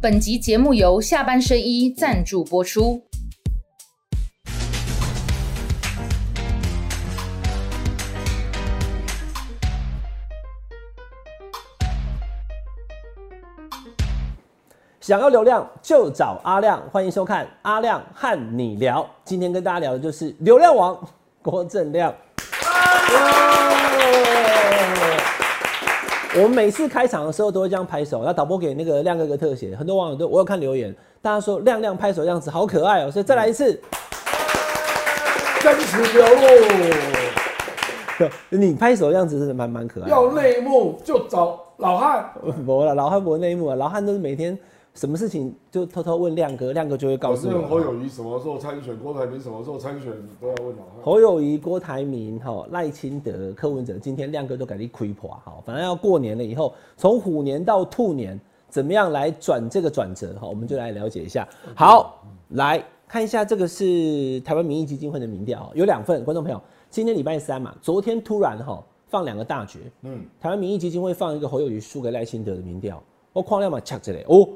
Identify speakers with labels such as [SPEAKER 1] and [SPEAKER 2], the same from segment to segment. [SPEAKER 1] 本集节目由下半身衣赞助播出。
[SPEAKER 2] 想要流量就找阿亮，欢迎收看阿亮和你聊。今天跟大家聊的就是流量王郭正亮。我每次开场的时候都会这样拍手，那导播给那个亮哥哥特写，很多网友都我有看留言，大家说亮亮拍手样子好可爱哦、所以再来一次，
[SPEAKER 3] 真实流露，
[SPEAKER 2] 你拍手样子真的蛮蛮可爱的。
[SPEAKER 3] 要内幕就找老汉。
[SPEAKER 2] 不了，老汉不内幕啊，老汉都是每天什么事情就偷偷问亮哥，亮哥就会告
[SPEAKER 3] 我
[SPEAKER 2] 诉
[SPEAKER 3] 是
[SPEAKER 2] 我。
[SPEAKER 3] 问侯友谊什么时候参选，郭台铭什么时候参选，都要问老汉。
[SPEAKER 2] 侯友谊、郭台铭、哈赖清德、柯文哲，今天亮哥都给你亏垮，好，反正要过年了以后，从虎年到兔年，怎么样来转这个转折？哈，我们就来了解一下。好，来看一下这个是台湾民意基金会的民调，有两份，观众朋友，今天礼拜三嘛，昨天突然哈放两个大决，
[SPEAKER 3] 嗯，
[SPEAKER 2] 台湾民意基金会放一个侯友谊输给赖清德的民调，我框量嘛掐着嘞，哦，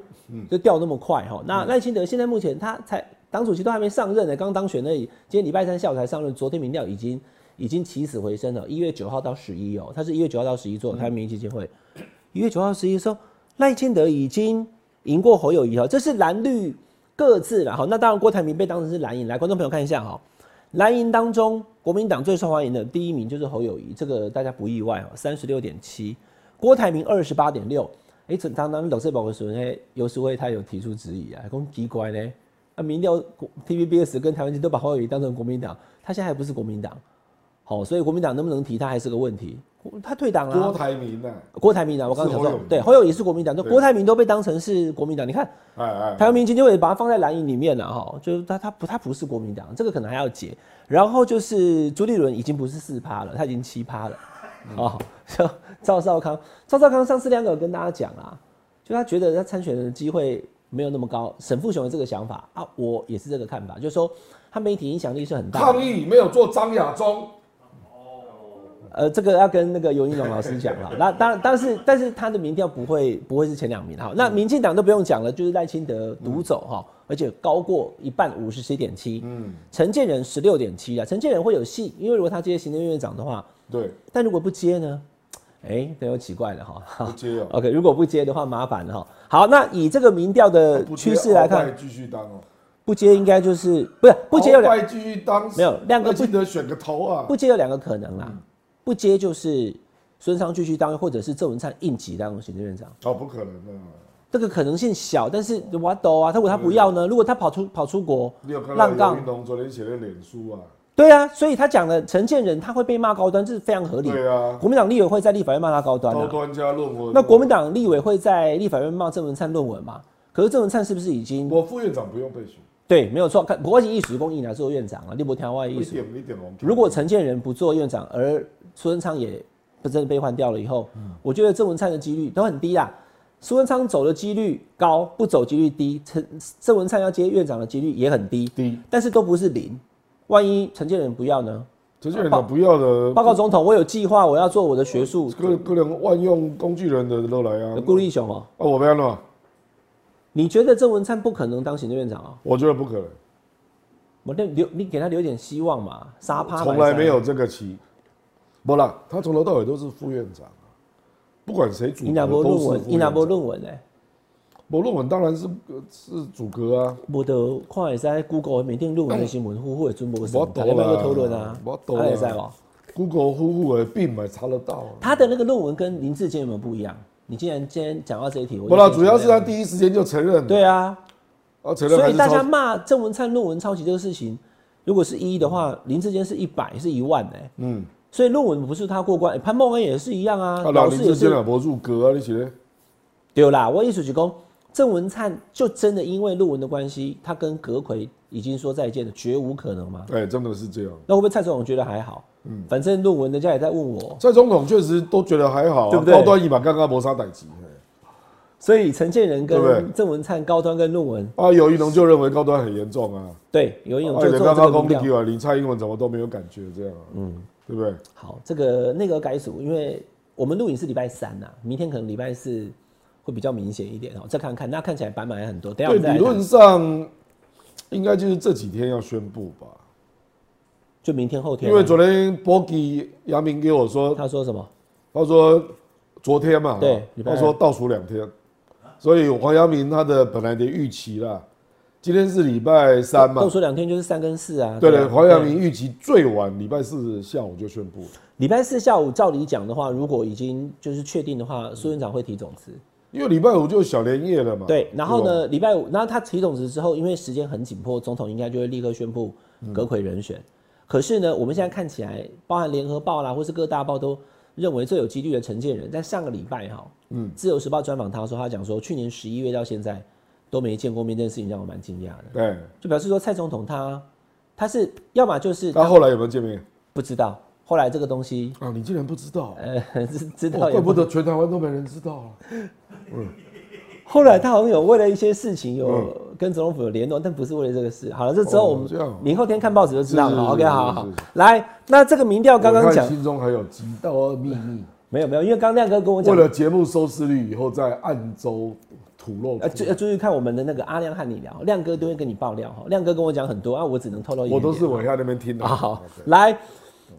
[SPEAKER 2] 就掉那么快哈。那赖清德现在目前他才党主席都还没上任呢，刚当选而已。今天礼拜三下午才上任，昨天民调已经已经起死回生了。一月九号到十一哦，他是一月九号到十一做台湾民意基金会，一月九号十一说赖清德已经赢过侯友谊哈，这是蓝绿各自了哈。那当然郭台铭被当成是蓝营，来观众朋友看一下哈。蓝营当中，国民党最受欢迎的第一名就是侯友谊，这个大家不意外哦，三十六点七，郭台铭二十八点六。哎，这当当老这宝的时候，哎，游淑慧他有提出质疑啊，讲奇怪呢，啊，民调 TVBS 跟台湾人都把侯友谊当成国民党，他现在还不是国民党，好、所以国民党能不能提他还是个问题，他退党了、啊
[SPEAKER 3] 郭台铭呢、
[SPEAKER 2] 郭台铭啊，我刚刚讲
[SPEAKER 3] 是侯
[SPEAKER 2] 说
[SPEAKER 3] 友，宜
[SPEAKER 2] 对，侯友谊是国民党，就
[SPEAKER 3] 对
[SPEAKER 2] 郭台铭都被当成是国民党，你看
[SPEAKER 3] 哎哎，
[SPEAKER 2] 台湾民进就会把它放在蓝营里面了啊哈，就是他他不他不是国民党，这个可能还要解。然后就是朱立伦已经不是四趴了，他已经七趴了。
[SPEAKER 3] 嗯
[SPEAKER 2] 哦， 像赵少康，赵少康上次亮哥有跟大家讲啊，就他觉得他参选的机会没有那么高。沈富雄的这个想法啊，我也是这个看法，就是说他媒体影响力是很大的
[SPEAKER 3] 抗。议没有做张亚中，
[SPEAKER 2] 呃，这个要跟那个尤英龙老师讲了。那当然，但是但是他的民调不会不会是前两名哈。
[SPEAKER 3] 嗯
[SPEAKER 2] 那民进党都不用讲了，就是赖清德独走哈，而且高过一半五十七点七，
[SPEAKER 3] 嗯，
[SPEAKER 2] 陈建仁十六点七啊。陈建仁会有戏，因为如果他接行政院长的话，
[SPEAKER 3] 对，
[SPEAKER 2] 但如果不接呢？哎，那又奇怪了哈
[SPEAKER 3] 不。接哦、
[SPEAKER 2] OK，如果不接的话，麻烦了哈。好，那以这个民调的
[SPEAKER 3] 哦不接
[SPEAKER 2] 趋势来看
[SPEAKER 3] 鳌，拜继续当哦、
[SPEAKER 2] 不接应该就是不是不接有
[SPEAKER 3] 鳌
[SPEAKER 2] 两
[SPEAKER 3] 拜继续当，
[SPEAKER 2] 没有亮哥不
[SPEAKER 3] 记得选个头啊，
[SPEAKER 2] 不接有两个可能啦，
[SPEAKER 3] 嗯
[SPEAKER 2] 不接就是孙昌继续当，或者是郑文灿应急当行政院长，
[SPEAKER 3] 哦，不可能的、
[SPEAKER 2] 这个可能性小，但是我斗啊，他如果他不要呢？如果他跑出跑出国
[SPEAKER 3] 你有看，到
[SPEAKER 2] 浪
[SPEAKER 3] 刘
[SPEAKER 2] 杠
[SPEAKER 3] 云，龙昨天写的脸书啊？
[SPEAKER 2] 对啊，所以他讲了陈建仁他会被骂高端，这是非常合理。
[SPEAKER 3] 对啊，
[SPEAKER 2] 国民党立委会在立法院骂他高端
[SPEAKER 3] 高
[SPEAKER 2] 啊，
[SPEAKER 3] 端加论文。
[SPEAKER 2] 那国民党立委会在立法院骂郑文灿论文嘛？可是郑文灿是不是已经
[SPEAKER 3] 我副院长不用被选，
[SPEAKER 2] 对没有错？看国际艺术公益来做院长啊，立博台湾艺
[SPEAKER 3] 一
[SPEAKER 2] 术。
[SPEAKER 3] 点一点红。
[SPEAKER 2] 如果陈建仁不做院长，而苏贞昌也不真的被换掉了以后，我觉得郑文灿的几率都很低啦。苏贞昌走的几率高，不走几率低。陈郑文灿要接院长的几率也很低，
[SPEAKER 3] 低，
[SPEAKER 2] 但是都不是零。万一陈建仁不要呢？
[SPEAKER 3] 陈建仁党不要的，
[SPEAKER 2] 报告总统，我有计划，我要做我的学术。
[SPEAKER 3] 各各人万用工具人的都来啊。
[SPEAKER 2] 顾立雄哦、
[SPEAKER 3] 啊，我不要弄，
[SPEAKER 2] 你觉得郑文灿不可能当行政院长哦、
[SPEAKER 3] 我觉得不可能，
[SPEAKER 2] 我那留你给他留点希望嘛，沙趴
[SPEAKER 3] 从来没。有这个棋。不啦，他从头到尾都是副院长啊，不管谁组
[SPEAKER 2] 伊
[SPEAKER 3] 阁
[SPEAKER 2] 那波
[SPEAKER 3] 都
[SPEAKER 2] 论
[SPEAKER 3] 是
[SPEAKER 2] 文，
[SPEAKER 3] 副
[SPEAKER 2] 伊
[SPEAKER 3] 院
[SPEAKER 2] 那
[SPEAKER 3] 长。
[SPEAKER 2] 波论文呢、欸
[SPEAKER 3] 无论文当然是呃是组阁啊，
[SPEAKER 2] 无得看会使 Google 的面顶论文的新闻，呼呼的准无
[SPEAKER 3] 我
[SPEAKER 2] 什，
[SPEAKER 3] 懂
[SPEAKER 2] 大家要讨论啊
[SPEAKER 3] 啦，我懂啦
[SPEAKER 2] 会使哦。
[SPEAKER 3] ，Google 呼呼的并买查得到啊。
[SPEAKER 2] 他的那个论文跟林志坚有没有不一样？你竟然今天讲到这一题，我
[SPEAKER 3] 不
[SPEAKER 2] 就
[SPEAKER 3] 啦，
[SPEAKER 2] 觉得
[SPEAKER 3] 主要是他第一时间就承认，，
[SPEAKER 2] 对啊，
[SPEAKER 3] 啊承认
[SPEAKER 2] 所
[SPEAKER 3] 还
[SPEAKER 2] 以
[SPEAKER 3] 是
[SPEAKER 2] 大家
[SPEAKER 3] 超
[SPEAKER 2] 骂郑文灿论文抄袭这个事情，如果是一的话，林志坚是一百是一万哎、
[SPEAKER 3] 嗯，
[SPEAKER 2] 所以论文不是他过关，欸潘梦恩也是一样啊，
[SPEAKER 3] 啊老
[SPEAKER 2] 老
[SPEAKER 3] 林
[SPEAKER 2] 师也
[SPEAKER 3] 志坚
[SPEAKER 2] 是
[SPEAKER 3] 啊，无入阁啊，你是咧？
[SPEAKER 2] 对啦。我意思是讲，郑文灿就真的因为论文的关系，他跟葛奎已经说再见了，绝无可能嘛。
[SPEAKER 3] 哎，真的是这样。
[SPEAKER 2] 那会不会蔡总统觉得还好？
[SPEAKER 3] 嗯
[SPEAKER 2] 反正论文人家也在问我，
[SPEAKER 3] 蔡总统确实都觉得还好、啊，
[SPEAKER 2] 对不对
[SPEAKER 3] 高端一把刚刚谋杀歹级。嘿
[SPEAKER 2] 所以陈建仁
[SPEAKER 3] 对不对
[SPEAKER 2] 跟郑文灿高端跟论文，
[SPEAKER 3] 啊，有一农就认为高端很严重啊，
[SPEAKER 2] 对，有一种
[SPEAKER 3] 啊，
[SPEAKER 2] 就
[SPEAKER 3] 人
[SPEAKER 2] 做
[SPEAKER 3] 家
[SPEAKER 2] 这
[SPEAKER 3] 他
[SPEAKER 2] 个民
[SPEAKER 3] 功力
[SPEAKER 2] 调。
[SPEAKER 3] 啊，你蔡英文怎么都没有感觉这样、啊，嗯，对不对？
[SPEAKER 2] 好，这个内阁改组，因为我们录影是礼拜三呐、明天可能礼拜四会比较明显一点哦。再看看，那看起来板板还很多，等一下
[SPEAKER 3] 对，
[SPEAKER 2] 我们再
[SPEAKER 3] 理
[SPEAKER 2] 来
[SPEAKER 3] 论
[SPEAKER 2] 看。
[SPEAKER 3] 上应该就是这几天要宣布吧，
[SPEAKER 2] 就明天后天啊、
[SPEAKER 3] 因为昨天 Bogi 杨明给我说，
[SPEAKER 2] 他说什么？
[SPEAKER 3] 他说昨天嘛，
[SPEAKER 2] 对礼拜
[SPEAKER 3] 他
[SPEAKER 2] 二
[SPEAKER 3] 说倒数两天，所以黄阳明他的本来的预期啦，今天是礼拜三嘛
[SPEAKER 2] 倒，数两天就是三跟四啊。
[SPEAKER 3] 嗯对
[SPEAKER 2] 啊
[SPEAKER 3] 了，黄阳明预期最晚礼拜四下午就宣布了，
[SPEAKER 2] 礼拜四下午，照理讲的话，如果已经就是确定的话，苏院长会提总辞。
[SPEAKER 3] 因为礼拜五就小年夜了嘛，
[SPEAKER 2] 对，然后
[SPEAKER 3] 对吧？
[SPEAKER 2] 呢，礼拜五，然后他提总辞之后，因为时间很紧迫，总统应该就会立刻宣布葛魁人选。可是呢，我们现在看起来，包含联合报啊啦，或是各大报都认为最有几率的陈建仁，在上个礼拜哈，嗯，自由时报专访他的时候，他讲说，去年十一月到现在都没见过面，这件事情让我蛮惊讶的，
[SPEAKER 3] 对，哎
[SPEAKER 2] 就表示说蔡总统他他是要么就是
[SPEAKER 3] 那后来有没有见面
[SPEAKER 2] 不知道，后来这个东西，
[SPEAKER 3] 啊？你竟然不知道，
[SPEAKER 2] 呃，知知道
[SPEAKER 3] 哦
[SPEAKER 2] 也
[SPEAKER 3] 怪不得全台湾都没人知道啊。
[SPEAKER 2] 后来他好像有为了一些事情有跟总统府有联络，但不是为了这个事。好了，这之后我
[SPEAKER 3] 嗯哦这样
[SPEAKER 2] 们明后天看报纸就知道
[SPEAKER 3] 是
[SPEAKER 2] 了。
[SPEAKER 3] 是
[SPEAKER 2] OK，
[SPEAKER 3] 是
[SPEAKER 2] 好好
[SPEAKER 3] 是
[SPEAKER 2] 好
[SPEAKER 3] 是，
[SPEAKER 2] 来，那这个民调刚刚
[SPEAKER 3] 我
[SPEAKER 2] 讲
[SPEAKER 3] 看心中还有极大的秘密，
[SPEAKER 2] 没有没有，因为刚亮哥跟我
[SPEAKER 3] 为
[SPEAKER 2] 讲，
[SPEAKER 3] 了节目收视率，以后在暗中吐露
[SPEAKER 2] 呃，注
[SPEAKER 3] 出
[SPEAKER 2] 呃
[SPEAKER 3] 来。
[SPEAKER 2] 注意看我们的那个阿亮和你聊，亮哥都会跟你爆料哈。亮哥跟我讲很多啊，我只能透露一点
[SPEAKER 3] 我
[SPEAKER 2] 点。
[SPEAKER 3] 都是我在那边听的。
[SPEAKER 2] 啊，好
[SPEAKER 3] OK，
[SPEAKER 2] 来，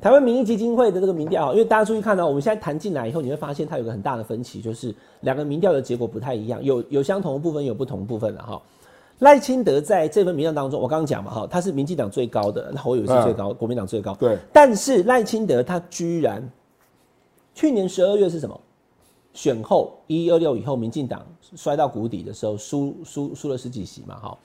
[SPEAKER 2] 台湾民意基金会的这个民调，因为大家注意看到、我们现在谈进来以后，你会发现它有个很大的分歧，就是两个民调的结果不太一样，有有相同的部分，有不同的部分了哈。赖清德在这份民调当中，我刚刚讲嘛哈，他是民进党最高的，那侯友宜是最高，国民党最高，
[SPEAKER 3] 对，
[SPEAKER 2] 但是赖清德他居然去年十二月是什么？选后一二六以后，民进党摔到谷底的时候，输输输了十几席嘛，哈。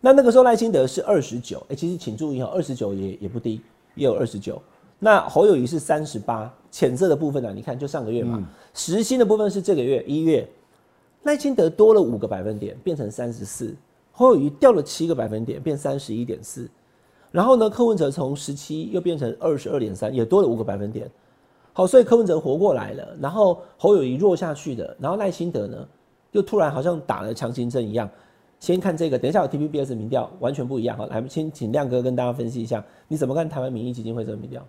[SPEAKER 2] 那那个时候赖清德是二十九，哎，其实请注意哦，二十九也也不低，也有二十九。那侯友谊是三十八，浅色的部分呢、啊你看就上个月嘛，实薪的部分是这个月一月，赖清德多了五个百分点，变成三十四，侯友谊掉了七个百分点，变三十一点四。然后呢，柯文哲从十七又变成二十二点三，也多了五个百分点。好，所以柯文哲活过来了，然后侯友谊弱下去的，然后赖清德呢，又突然好像打了强心针一样。先看这个，等一下我 TPBS 民调完全不一样哈，来先请亮哥跟大家分析一下，你怎么看台湾民意基金会这个民调？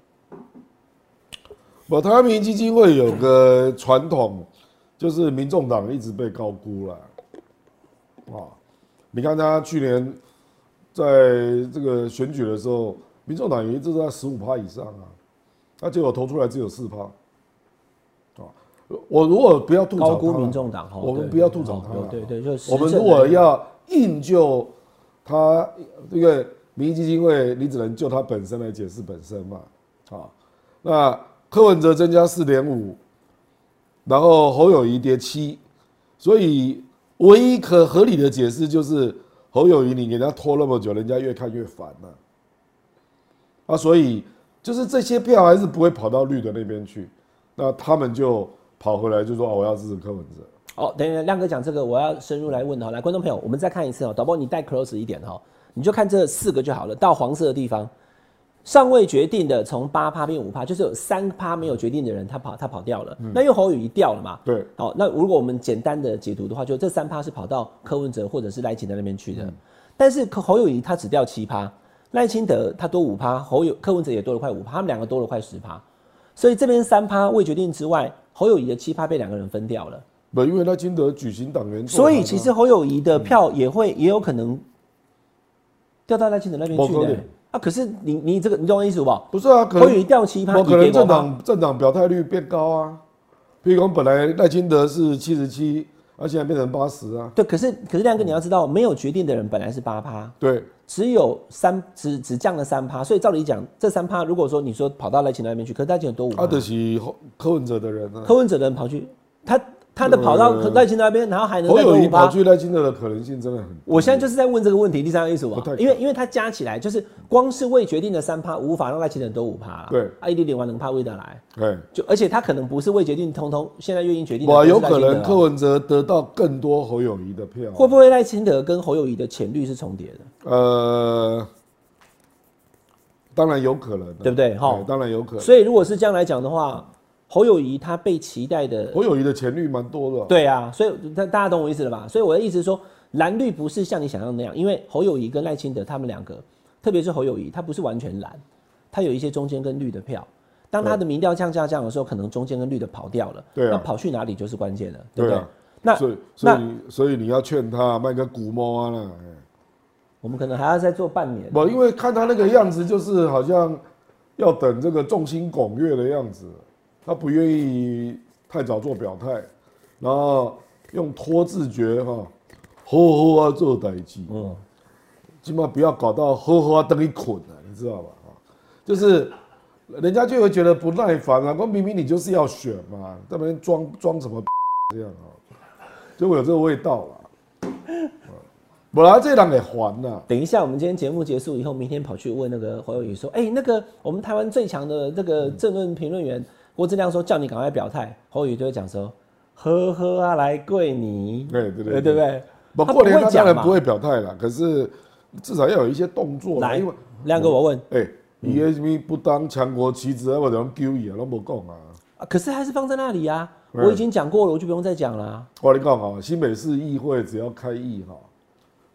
[SPEAKER 3] 我台湾民意基金会有个传统，就是民众党一直被高估了。啊，你看他去年在这个选举的时候，民众党也一直在十五趴以上啊，那结果投出来只有四趴。啊，我如果不要吐
[SPEAKER 2] 高
[SPEAKER 3] 槽
[SPEAKER 2] 估
[SPEAKER 3] 他
[SPEAKER 2] 民众党哈，
[SPEAKER 3] 我们
[SPEAKER 2] 对
[SPEAKER 3] 不要吐槽
[SPEAKER 2] 哦
[SPEAKER 3] 他
[SPEAKER 2] 有
[SPEAKER 3] 了
[SPEAKER 2] 对对，就是
[SPEAKER 3] 我们如果要硬救他这个民意基金会，你只能就他本身来解释本身嘛。啊，那柯文哲增加四点五，然后侯友谊跌七，所以唯一可合理的解释就是侯友谊你给人家拖那么久，人家越看越烦了。啊，所以就是这些票还是不会跑到绿的那边去，那他们就跑回来就说、啊、我要支持柯文哲。
[SPEAKER 2] 哦，等一下，亮哥讲这个，我要深入来问哈。来，观众朋友，我们再看一次哦，导播你带 close 一点哈，你就看这四个就好了。到黄色的地方，尚未决定的从八趴变五趴，就是有三趴没有决定的人，他跑他跑掉了。那因为侯友谊掉了嘛，
[SPEAKER 3] 对，
[SPEAKER 2] 好、那如果我们简单的解读的话，就这三趴是跑到柯文哲或者是赖清德那边去的，但是柯侯友谊他只掉七趴，赖清德他多五趴，侯友柯文哲也多了快五趴，他们两个多了快十趴，所以这边三趴未决定之外，侯友谊的七趴被两个人分掉了。
[SPEAKER 3] 不，因为赖清德举行党员座
[SPEAKER 2] 所
[SPEAKER 3] 谈啊，
[SPEAKER 2] 以其实侯友谊的票
[SPEAKER 3] 嗯
[SPEAKER 2] 也会也有可能掉到赖清德那边去
[SPEAKER 3] 不可
[SPEAKER 2] 的、
[SPEAKER 3] 能
[SPEAKER 2] 啊。可是你你这个你懂我意思不？
[SPEAKER 3] 不是啊，可
[SPEAKER 2] 侯友谊
[SPEAKER 3] 能
[SPEAKER 2] 掉七趴，
[SPEAKER 3] 我可能
[SPEAKER 2] 你给我
[SPEAKER 3] 政
[SPEAKER 2] 吧
[SPEAKER 3] 党政党表态率变高啊。譬如说本来赖清德是七十七，而现在变成八十啊。
[SPEAKER 2] 对，可是可是亮哥你要知道，没有决定的人本来是八趴，
[SPEAKER 3] 对，
[SPEAKER 2] 只有三只只降了三趴，所以照理讲，这三趴如果说你说跑到赖清德那边去，可是赖清德多五趴
[SPEAKER 3] 他，啊就是侯柯文哲的人啊。
[SPEAKER 2] 柯文哲的人跑去，他他的跑到
[SPEAKER 3] 呃
[SPEAKER 2] 赖清德那边，然后还能
[SPEAKER 3] 侯
[SPEAKER 2] 再多
[SPEAKER 3] 友谊
[SPEAKER 2] 五
[SPEAKER 3] 跑
[SPEAKER 2] 趴。
[SPEAKER 3] 去赖清德的可能性真的很。
[SPEAKER 2] 我现在就是在问这个问题，第三个意思
[SPEAKER 3] 嗯不
[SPEAKER 2] 吧
[SPEAKER 3] 太可，能
[SPEAKER 2] 因为因为它加起来就是光是未决定的三趴，无法让赖清德多五趴，
[SPEAKER 3] 对
[SPEAKER 2] 啊，一点点完能趴未得来，
[SPEAKER 3] 哎，
[SPEAKER 2] 就而且他可能不是未决定，通通现在愿意决定的
[SPEAKER 3] 我
[SPEAKER 2] 都是
[SPEAKER 3] 有
[SPEAKER 2] 赖清德啊，
[SPEAKER 3] 可能柯文哲得到更多侯友谊的票。
[SPEAKER 2] 会不会赖清德跟侯友谊的潜力是重叠的？
[SPEAKER 3] 呃，当然有可能啊，
[SPEAKER 2] 对不对齁
[SPEAKER 3] 哎当然有可能。
[SPEAKER 2] 所以如果是这样来讲的话，侯友谊他被期待的
[SPEAKER 3] 侯友谊的潜力蛮多的啊。
[SPEAKER 2] 对啊，所以大大家懂我意思了吧？所以我的意思是说，蓝绿不是像你想象的那样，因为侯友谊跟赖清德他们两个，特别是侯友谊，他不是完全蓝，他有一些中间跟绿的票。当他的民调降降降的时候，可能中间跟绿的跑掉了，
[SPEAKER 3] 对啊
[SPEAKER 2] 那跑去哪里就是关键了，对
[SPEAKER 3] 对
[SPEAKER 2] 不对？
[SPEAKER 3] 啊
[SPEAKER 2] 那
[SPEAKER 3] 所以所
[SPEAKER 2] 那
[SPEAKER 3] 以你所以你要劝他卖个古猫啊啦，哎
[SPEAKER 2] 我们可能还要再做半年。
[SPEAKER 3] 不，因为看他那个样子，就是好像要等这个众星拱月的样子，他不愿意太早做表态，然后用拖字诀哈，吼吼啊做代志，
[SPEAKER 2] 嗯，
[SPEAKER 3] 起码不要搞到呵呵啊等一捆啊，你知道吧？啊，就是人家就会觉得不耐烦啊，我明明你就是要选嘛，在那边装装什么 这样啊，就会有这个味道啦。本来这人也还呐、
[SPEAKER 2] 等一下，我们今天节目结束以后，明天跑去问那个侯友宇说：“哎、那个我们台湾最强的那个政论评论员郭正亮说，叫你赶快表态。”侯友宇就会讲说：“呵呵啊，来跪你。”
[SPEAKER 3] 哎对对对
[SPEAKER 2] 呃对不对？
[SPEAKER 3] 不过年
[SPEAKER 2] 他不
[SPEAKER 3] 他
[SPEAKER 2] 会
[SPEAKER 3] 当
[SPEAKER 2] 讲
[SPEAKER 3] 然
[SPEAKER 2] 嘛
[SPEAKER 3] 不会表态啦，可是至少要有一些动作啦，
[SPEAKER 2] 来
[SPEAKER 3] 因为，
[SPEAKER 2] 亮哥，我问
[SPEAKER 3] 哎、你为什么不当强国棋子啊，或者用勾引啊，都没讲啊。
[SPEAKER 2] 啊，可是还是放在那里啊，
[SPEAKER 3] 嗯
[SPEAKER 2] 我已经讲过了，我就不用再讲了啊
[SPEAKER 3] 我跟你讲啊，新北市议会只要开议哈，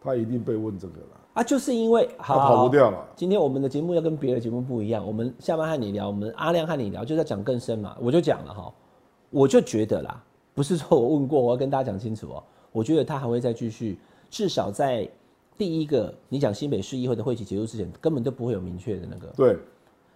[SPEAKER 3] 他一定被问这个啦，
[SPEAKER 2] 啊，就是因为
[SPEAKER 3] 他
[SPEAKER 2] 好
[SPEAKER 3] 跑不。掉了。
[SPEAKER 2] 今天我们的节目要跟别的节目不一样，我们下班和你聊，我们阿亮和你聊，就是要讲更深嘛。我就讲了哈，我就觉得啦，不是说我问过，我要跟大家讲清楚哦、我觉得他还会再继续，至少在第一个你讲新北市议会的会期结束之前，根本都不会有明确的那个，
[SPEAKER 3] 对，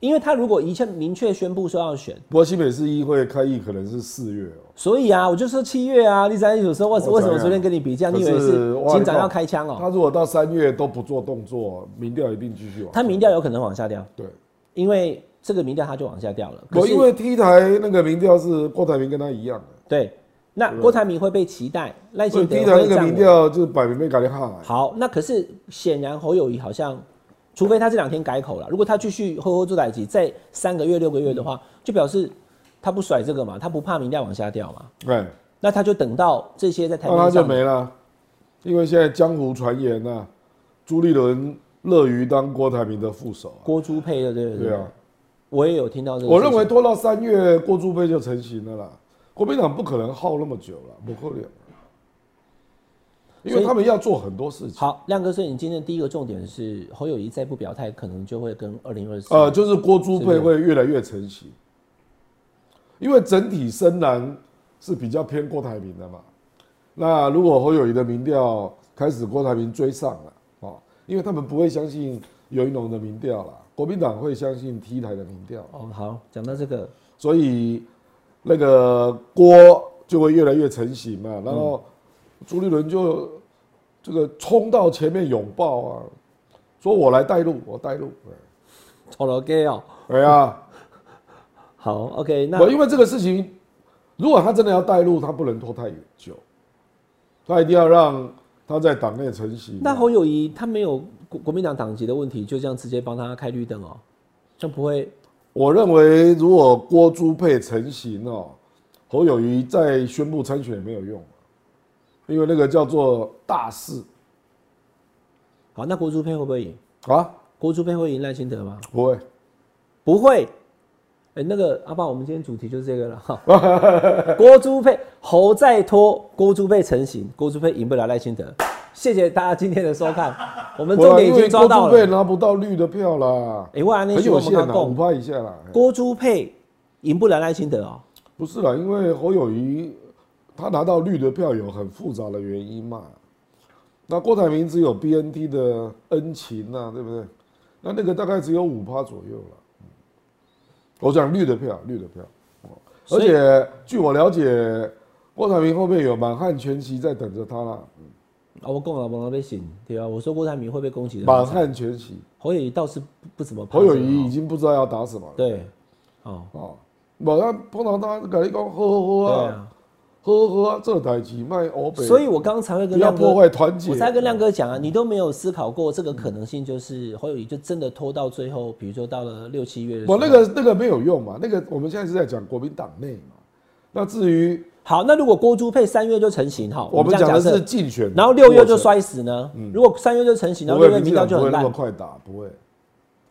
[SPEAKER 2] 因为他如果一切明确宣布说要选，
[SPEAKER 3] 不过新北市议会开议可能是四月哦、
[SPEAKER 2] 所以啊，我就说七月啊，立三一组说为什
[SPEAKER 3] 我
[SPEAKER 2] 为
[SPEAKER 3] 知
[SPEAKER 2] 什
[SPEAKER 3] 道
[SPEAKER 2] 么昨天跟你比较，
[SPEAKER 3] 可
[SPEAKER 2] 你以
[SPEAKER 3] 是
[SPEAKER 2] 为是
[SPEAKER 3] 我
[SPEAKER 2] 警长要开枪哦、
[SPEAKER 3] 他如果到三月都不做动作，民调一定继续往下。
[SPEAKER 2] 他民调有可能往下掉，
[SPEAKER 3] 对，
[SPEAKER 2] 因为这个民调他就往下掉了。可
[SPEAKER 3] 我
[SPEAKER 2] 是
[SPEAKER 3] 因为 T 台那个民调是郭台铭跟他一样的，
[SPEAKER 2] 对，那郭台铭会被期待，赖
[SPEAKER 3] 所以
[SPEAKER 2] 清
[SPEAKER 3] T
[SPEAKER 2] 德
[SPEAKER 3] 台那
[SPEAKER 2] 会哦
[SPEAKER 3] 个
[SPEAKER 2] 站
[SPEAKER 3] 民
[SPEAKER 2] 稳。
[SPEAKER 3] 调就是摆明没搞你下来。
[SPEAKER 2] 好，那可是显然侯友谊好像，除非他这两天改口了，如果他继续呵呵做代级，在三个月六个月的话，就表示他不甩这个嘛，他不怕民调往下掉嘛，
[SPEAKER 3] 哎，
[SPEAKER 2] 那他就等到这些在台
[SPEAKER 3] 那他
[SPEAKER 2] 面
[SPEAKER 3] 就
[SPEAKER 2] 上
[SPEAKER 3] 没了，因为现在江湖传言呐、朱立伦乐于当郭台铭的副手啊、
[SPEAKER 2] 郭朱配的，对不对？
[SPEAKER 3] 对啊，
[SPEAKER 2] 我也有听到这个事情。
[SPEAKER 3] 我认为拖到三月，郭朱佩就成型了啦。国民党不可能耗那么久了，不可能，因
[SPEAKER 2] 所
[SPEAKER 3] 为
[SPEAKER 2] 以
[SPEAKER 3] 他们要做很多事情。
[SPEAKER 2] 好，亮哥，所以你今天的第一个重点是侯友谊再不表态，可能就会跟二零二四
[SPEAKER 3] 呃，就是郭朱佩会越来越成型，因为整体深蓝是比较偏郭台铭的嘛。那如果侯友谊的民调开始郭台铭追上了哦，因为他们不会相信尤一农的民调啦，国民党会相信 T 台的民调，
[SPEAKER 2] 哦，好，讲到这个，
[SPEAKER 3] 所以那个郭就会越来越成型嘛。然后朱立伦就这个冲到前面拥抱啊，说我来带路，我带路。
[SPEAKER 2] 丑了 gay 哦，
[SPEAKER 3] 哎呀。
[SPEAKER 2] 好，OK，那
[SPEAKER 3] 我因为这个事情，如果他真的要带路，他不能拖太久，他一定要让他在党内成型。
[SPEAKER 2] 那侯友谊他没有国国民党党籍的问题，就这样直接帮他开绿灯哦，这样不会
[SPEAKER 3] 我认为，如果郭朱配成型哦，侯友谊再宣布参选也没有用，因为那个叫做大事
[SPEAKER 2] 好？那郭朱佩会不会赢？
[SPEAKER 3] 啊，
[SPEAKER 2] 郭朱佩会赢赖清德吗？
[SPEAKER 3] 不会。
[SPEAKER 2] 不会。哎、那个阿爸，我们今天主题就是这个了哈。郭朱佩侯再拖，郭朱佩成型，郭朱佩赢不了赖清德。谢谢大家今天的收看，我们
[SPEAKER 3] 不会
[SPEAKER 2] 重
[SPEAKER 3] 啊
[SPEAKER 2] 点已
[SPEAKER 3] 因为
[SPEAKER 2] 经抓
[SPEAKER 3] 郭
[SPEAKER 2] 到
[SPEAKER 3] 朱配
[SPEAKER 2] 了。
[SPEAKER 3] 拿不到绿的票啦，
[SPEAKER 2] 哎、万安那
[SPEAKER 3] 很
[SPEAKER 2] 句
[SPEAKER 3] 有
[SPEAKER 2] 我们
[SPEAKER 3] 限
[SPEAKER 2] 刚
[SPEAKER 3] 啦，五
[SPEAKER 2] 讲，
[SPEAKER 3] 趴以下啦。
[SPEAKER 2] 郭朱佩赢不了赖清德哦。
[SPEAKER 3] 不是啦，因为侯友谊他拿到绿的票有很复杂的原因嘛。那郭台铭只有 BNT 的恩情呐、对不对？那那个大概只有五趴左右了。嗯我讲绿的票，绿的票。哦而
[SPEAKER 2] 所以
[SPEAKER 3] 且据我了解，郭台铭后面有满汉全席在等着他啦。
[SPEAKER 2] 啊，我讲了，我被醒，对啊吧、我说郭台铭会被攻击的。
[SPEAKER 3] 满汉全席，
[SPEAKER 2] 侯友谊倒是不不怎么怕
[SPEAKER 3] 侯友
[SPEAKER 2] 这个
[SPEAKER 3] 谊
[SPEAKER 2] 哦
[SPEAKER 3] 已经不知道要打什么了。
[SPEAKER 2] 对，哦，
[SPEAKER 3] 哦，马上碰到他，跟你讲呵呵呵
[SPEAKER 2] 对
[SPEAKER 3] 啊，
[SPEAKER 2] 啊，
[SPEAKER 3] 呵呵呵啊，这代志卖欧北，
[SPEAKER 2] 所以我刚才会
[SPEAKER 3] 不
[SPEAKER 2] 跟
[SPEAKER 3] 要
[SPEAKER 2] 亮
[SPEAKER 3] 破
[SPEAKER 2] 哥，
[SPEAKER 3] 坏团结。
[SPEAKER 2] 我才跟亮哥讲啊，你都没有思考过这个可能性，就是侯友谊就真的拖到最后，比如说到了六七月的时候。
[SPEAKER 3] 我那个那个没有用嘛，那个我们现在是在讲国民党内嘛。那至于
[SPEAKER 2] 好，那如果郭朱配三月就成型哈，
[SPEAKER 3] 我们
[SPEAKER 2] 这样
[SPEAKER 3] 讲的
[SPEAKER 2] 假
[SPEAKER 3] 是
[SPEAKER 2] 设，
[SPEAKER 3] 竞选过程，
[SPEAKER 2] 然后六月就摔死呢？如果三月就成型，然
[SPEAKER 3] 不
[SPEAKER 2] 后
[SPEAKER 3] 会，
[SPEAKER 2] 六月民
[SPEAKER 3] 民进
[SPEAKER 2] 调
[SPEAKER 3] 党
[SPEAKER 2] 就
[SPEAKER 3] 不会
[SPEAKER 2] 很
[SPEAKER 3] 那么
[SPEAKER 2] 烂
[SPEAKER 3] 快打，不会。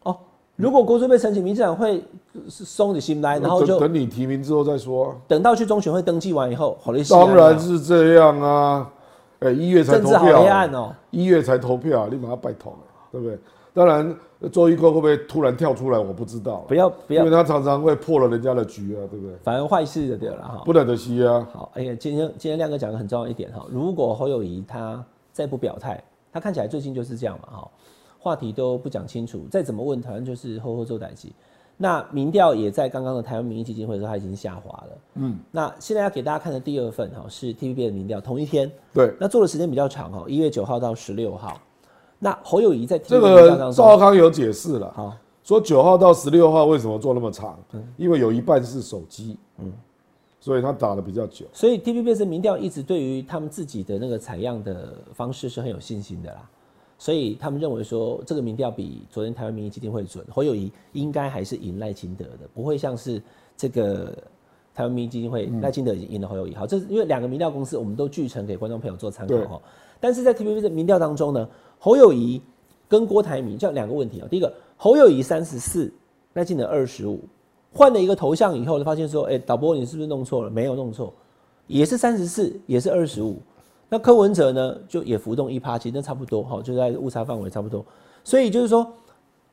[SPEAKER 2] 哦。
[SPEAKER 3] 嗯
[SPEAKER 2] 如果郭朱配成型，民进党会呃松起心来，然后
[SPEAKER 3] 等
[SPEAKER 2] 就
[SPEAKER 3] 等你提名之后再说啊。
[SPEAKER 2] 等到去中选会登记完以后，好了，
[SPEAKER 3] 当然是这样啊，哎，一月才
[SPEAKER 2] 啊政
[SPEAKER 3] 投
[SPEAKER 2] 治好
[SPEAKER 3] 票
[SPEAKER 2] 黑暗
[SPEAKER 3] 啊，
[SPEAKER 2] 哦。
[SPEAKER 3] 一月才投票啊，你马上拜托了，对不对？当然，周玉蔻会不会突然跳出来，我不知道啊
[SPEAKER 2] 不，要不
[SPEAKER 3] 因
[SPEAKER 2] 要
[SPEAKER 3] 为，他常常会破了人家的局啊，对不对？
[SPEAKER 2] 反而坏事的对了哈。
[SPEAKER 3] 不了得惜啊，
[SPEAKER 2] 好，哎呀，今天今天亮哥讲的很重要一点哈，如果侯友谊他再不表态，他看起来最近就是这样嘛哈，话题都不讲清楚，再怎么问，好像就是后后做代际。那民调也在刚刚的台湾民意基金会说他已经下滑了，嗯，那现在要给大家看的第二份哈是 TVB 的民调，同一天，
[SPEAKER 3] 对。
[SPEAKER 2] 那做的时间比较长哦哈，一月九号到十六号。那侯友谊在 TVB
[SPEAKER 3] 这
[SPEAKER 2] 民调
[SPEAKER 3] 个
[SPEAKER 2] 当
[SPEAKER 3] 赵浩
[SPEAKER 2] 中，
[SPEAKER 3] 康有解释了，
[SPEAKER 2] 好，
[SPEAKER 3] 说九号到十六号为什么做那么长？因为有一半是手机，嗯，所以他打的比较久。
[SPEAKER 2] 所以 TVBS 的民调一直对于他们自己的那个采样的方式是很有信心的啦，所以他们认为说这个民调比昨天台湾民意基金会准，侯友谊应该还是赢赖清德的，不会像是这个台湾民意基金会
[SPEAKER 3] 嗯
[SPEAKER 2] 赖清德已经赢了侯友谊。好，这是因为两个民调公司我们都据成给观众朋友做参考
[SPEAKER 3] 对
[SPEAKER 2] 哈，但是在 TVBS 的民调当中呢，侯友谊跟郭台铭这样两个问题啊、第一个侯友谊三十四，赖清德二十五。换了一个头像以后，就发现说，哎、导播你是不是弄错了？没有弄错，也是三十四，也是二十五。那柯文哲呢，就也浮动一趴，其实那差不多哈，就在误差范围差不多。所以就是说，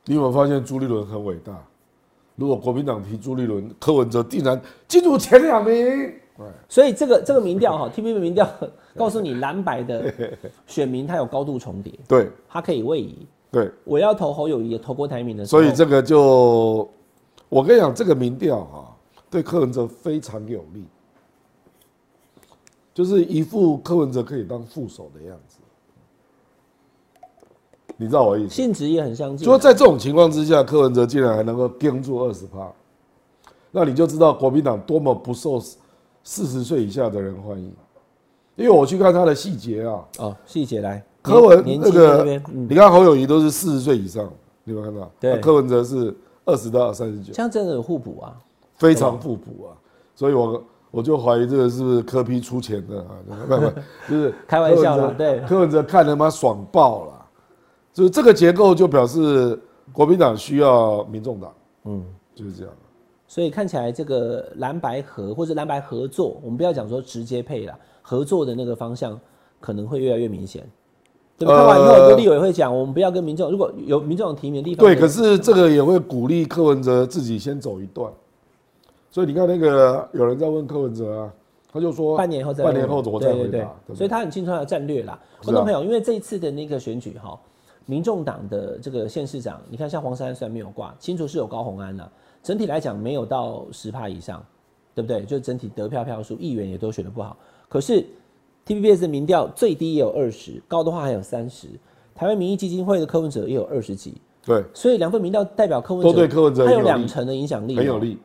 [SPEAKER 3] 你有没有发现朱立伦很伟大？如果国民党提朱立伦，柯文哲定然进入前两名。
[SPEAKER 2] 所以这个这个民调哈 t v b 民调告诉你，蓝白的选民他有高度重叠，
[SPEAKER 3] 对
[SPEAKER 2] 他可以位移。
[SPEAKER 3] 对，
[SPEAKER 2] 我要投侯友谊，也投郭台铭的时候，
[SPEAKER 3] 所以这个就我跟你讲，这个民调哈、对柯文哲非常有利，就是一副柯文哲可以当副手的样子。你知道我的意思吗？
[SPEAKER 2] 性质也很相近啊。
[SPEAKER 3] 就在这种情况之下，柯文哲竟然还能够盯住二十趴，那你就知道国民党多么不受四十岁以下的人欢迎。因为我去看他的细节啊，
[SPEAKER 2] 哦，细节来，
[SPEAKER 3] 柯文
[SPEAKER 2] 年年
[SPEAKER 3] 那
[SPEAKER 2] 纪在
[SPEAKER 3] 个
[SPEAKER 2] 那边，嗯，
[SPEAKER 3] 你看侯友谊都是四十岁以上，你有没有看到？
[SPEAKER 2] 对
[SPEAKER 3] 那柯文哲是二十到三十九，
[SPEAKER 2] 这样真的有互补啊。
[SPEAKER 3] 非常互补啊。所以我我就怀疑这个是不是柯批出钱的啊？ 不不，就是
[SPEAKER 2] 开玩笑啦
[SPEAKER 3] 柯文哲
[SPEAKER 2] 对
[SPEAKER 3] 柯文哲看他妈爽爆了，就是这个结构就表示国民党需要民众党，嗯，就是这样。
[SPEAKER 2] 所以看起来这个蓝白合或者蓝白合作，我们不要讲说直接配啦，合作的那个方向可能会越来越明显。对吧？看
[SPEAKER 3] 呃
[SPEAKER 2] 完以后，很多立委会讲，我们不要跟民众，如果有民众提名的地方，
[SPEAKER 3] 对，可是这个也会鼓励柯文哲自己先走一段。所以你看那个有人在问柯文哲啊，他就说
[SPEAKER 2] 半年后再
[SPEAKER 3] 半年后我再
[SPEAKER 2] 对
[SPEAKER 3] 回
[SPEAKER 2] 对
[SPEAKER 3] 答，
[SPEAKER 2] 对
[SPEAKER 3] 对不
[SPEAKER 2] 所以
[SPEAKER 3] 对
[SPEAKER 2] 他很清楚他的战略啦。
[SPEAKER 3] 是啊
[SPEAKER 2] 观众朋友，因为这一次的那个选举哈，民众党的这个县市长，你看像黄珊珊虽然没有挂，新竹是有高虹安呐、整体来讲没有到十趴以上，对不对？就整体得票票数，议员也都选的不好。可是 TVBS 的民调最低也有二十，高的话还有三十。台湾民意基金会的柯文哲也有二十几，
[SPEAKER 3] 对
[SPEAKER 2] 所以两份民调代表柯文哲
[SPEAKER 3] 都对柯文哲
[SPEAKER 2] 他有
[SPEAKER 3] 很有利
[SPEAKER 2] 两成的影响力，哦
[SPEAKER 3] 很有。利。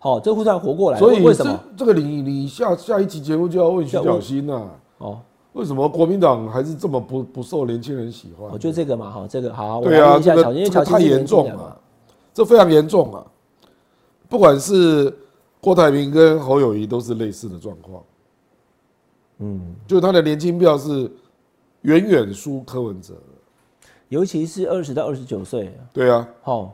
[SPEAKER 2] 好、这忽然活过来，
[SPEAKER 3] 所以
[SPEAKER 2] 为什么？
[SPEAKER 3] 这这个你你下下一期节目就要问徐
[SPEAKER 2] 要问
[SPEAKER 3] 小新呐、啊。
[SPEAKER 2] 哦，
[SPEAKER 3] 为什么国民党还是这么不不受年轻人喜欢？
[SPEAKER 2] 我哦就这个嘛，哈，这个好，我
[SPEAKER 3] 哦对
[SPEAKER 2] 来
[SPEAKER 3] 啊，
[SPEAKER 2] 问一下
[SPEAKER 3] 这
[SPEAKER 2] 乔，
[SPEAKER 3] 个
[SPEAKER 2] 因为
[SPEAKER 3] 这
[SPEAKER 2] 乔
[SPEAKER 3] 个
[SPEAKER 2] 欣
[SPEAKER 3] 太
[SPEAKER 2] 是
[SPEAKER 3] 严
[SPEAKER 2] 年轻
[SPEAKER 3] 重
[SPEAKER 2] 人嘛
[SPEAKER 3] 了，，这非常严重啊！不管是郭台铭跟侯友谊都是类似的状况，嗯，就他的年轻票是远远输柯文哲的，
[SPEAKER 2] 尤其是二十到二十九岁，
[SPEAKER 3] 对啊，
[SPEAKER 2] 哦，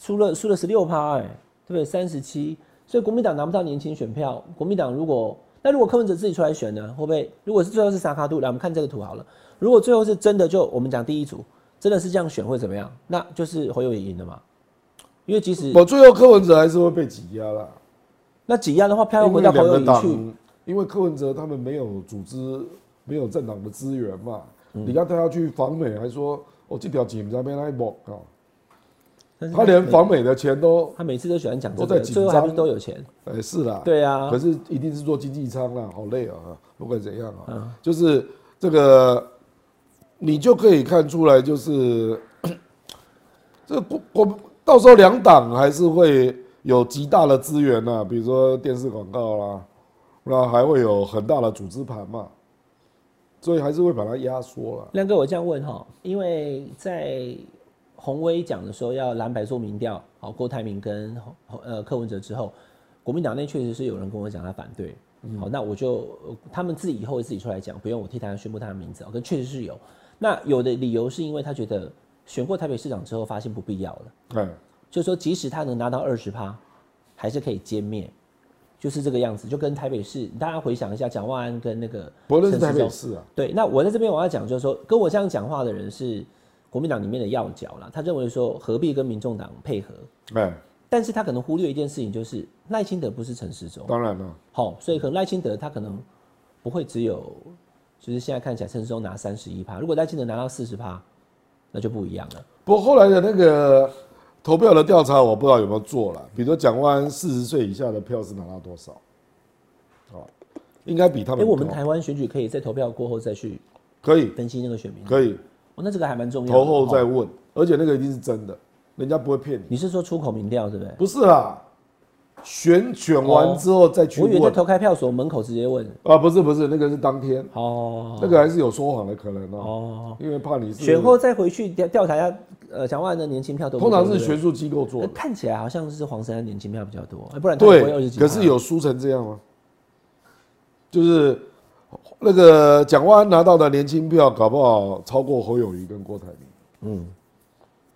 [SPEAKER 2] 输了输了十六趴，哎、对不对？三十七，所以国民党拿不到年轻选票。国民党如果那如果柯文哲自己出来选呢，会不会？如果是最后是萨卡杜，来我们看这个图好了。如果最后是真的就我们讲第一组真的是这样选会怎么样？那就是侯友宜赢了嘛，因为即使
[SPEAKER 3] 我最后柯文哲还是会被挤压啦，
[SPEAKER 2] 那挤压的话，票又
[SPEAKER 3] 因
[SPEAKER 2] 回
[SPEAKER 3] 为
[SPEAKER 2] 到
[SPEAKER 3] 两
[SPEAKER 2] 侯友
[SPEAKER 3] 个
[SPEAKER 2] 宜
[SPEAKER 3] 党
[SPEAKER 2] 去，，
[SPEAKER 3] 因为柯文哲他们没有组织，没有政党的资源嘛，
[SPEAKER 2] 嗯
[SPEAKER 3] 你看他要去访美，还说哦这条井在边来摸啊，
[SPEAKER 2] 但是
[SPEAKER 3] 他连访美的钱都，
[SPEAKER 2] 他每次都喜欢讲这
[SPEAKER 3] 都在
[SPEAKER 2] 个，
[SPEAKER 3] 紧
[SPEAKER 2] 最后还不
[SPEAKER 3] 张
[SPEAKER 2] 是都有钱？
[SPEAKER 3] 哎是啦，
[SPEAKER 2] 对啊，
[SPEAKER 3] 可是一定是做经济舱啦，好累啊、不管怎样啊、就是这个，你就可以看出来，就是 这个国国到时候两党还是会有极大的资源呐、比如说电视广告啦，那还会有很大的组织盘嘛，所以还是会把它压缩了。
[SPEAKER 2] 亮哥，我这样问哈，因为在洪威讲的时候要蓝白做民调，好，郭台铭跟侯呃柯文哲之后，国民党内确实是有人跟我讲他反对，
[SPEAKER 3] 嗯
[SPEAKER 2] 好，那我就呃他们自己以后会自己出来讲，不用我替他宣布他的名字，哦，跟确实是有。那有的理由是因为他觉得选过台北市长之后发现不必要了，
[SPEAKER 3] 哎，
[SPEAKER 2] 就是说即使他能拿到二十趴，还是可以歼灭，就是这个样子，就跟台北市大家回想一下蒋万安跟那个
[SPEAKER 3] 不论是
[SPEAKER 2] 陈
[SPEAKER 3] 台
[SPEAKER 2] 时
[SPEAKER 3] 北
[SPEAKER 2] 中
[SPEAKER 3] 市啊，
[SPEAKER 2] 对，那我在这边我要讲，就是说跟我这样讲话的人是国民党里面的要角啦，他认为说何必跟民众党配合，
[SPEAKER 3] 哎，
[SPEAKER 2] 但是他可能忽略一件事情，就是赖清德不是陈时中，
[SPEAKER 3] 当然啊了，
[SPEAKER 2] 好、所以可能赖清德他可能不会只有，就是现在看起来陈时中拿三十一趴，如果赖清德拿到四十趴，那就不一样了。
[SPEAKER 3] 不过后来的那个投票的调查，我不知道有没有做了。比如说蒋万安四十岁以下的票是拿到多少？哦，应该比他
[SPEAKER 2] 因
[SPEAKER 3] 们
[SPEAKER 2] 为
[SPEAKER 3] 高。
[SPEAKER 2] 我们台湾选举可以在投票过后再去
[SPEAKER 3] 可以
[SPEAKER 2] 分析那个选民，
[SPEAKER 3] 可以
[SPEAKER 2] 哦，那这个还蛮重要的。
[SPEAKER 3] 投后再
[SPEAKER 2] 哦
[SPEAKER 3] 问，而且那个一定是真的，人家不会骗你。
[SPEAKER 2] 你是说出口民调对不对？
[SPEAKER 3] 不是啦，选选完之后再去
[SPEAKER 2] 我以为在
[SPEAKER 3] 问
[SPEAKER 2] 投开票所门口直接问。
[SPEAKER 3] 啊，不是不是，那个是当天，
[SPEAKER 2] 哦
[SPEAKER 3] 那个还是有说谎的可能哦，
[SPEAKER 2] 哦，
[SPEAKER 3] 因为怕你是
[SPEAKER 2] 选后再回去调调查一下，呃，蒋万安的年轻票多不
[SPEAKER 3] 嗯通
[SPEAKER 2] 多
[SPEAKER 3] 常是
[SPEAKER 2] 对不对
[SPEAKER 3] 学术机构做
[SPEAKER 2] 呃
[SPEAKER 3] 的，
[SPEAKER 2] 看起来好像是黄珊珊年轻票比较多，呃不然他也不会二十
[SPEAKER 3] 对，
[SPEAKER 2] 几。
[SPEAKER 3] 可是，有输成这样吗？就是那个蒋万安拿到的年轻票，搞不好超过侯友谊跟郭台铭，
[SPEAKER 2] 嗯，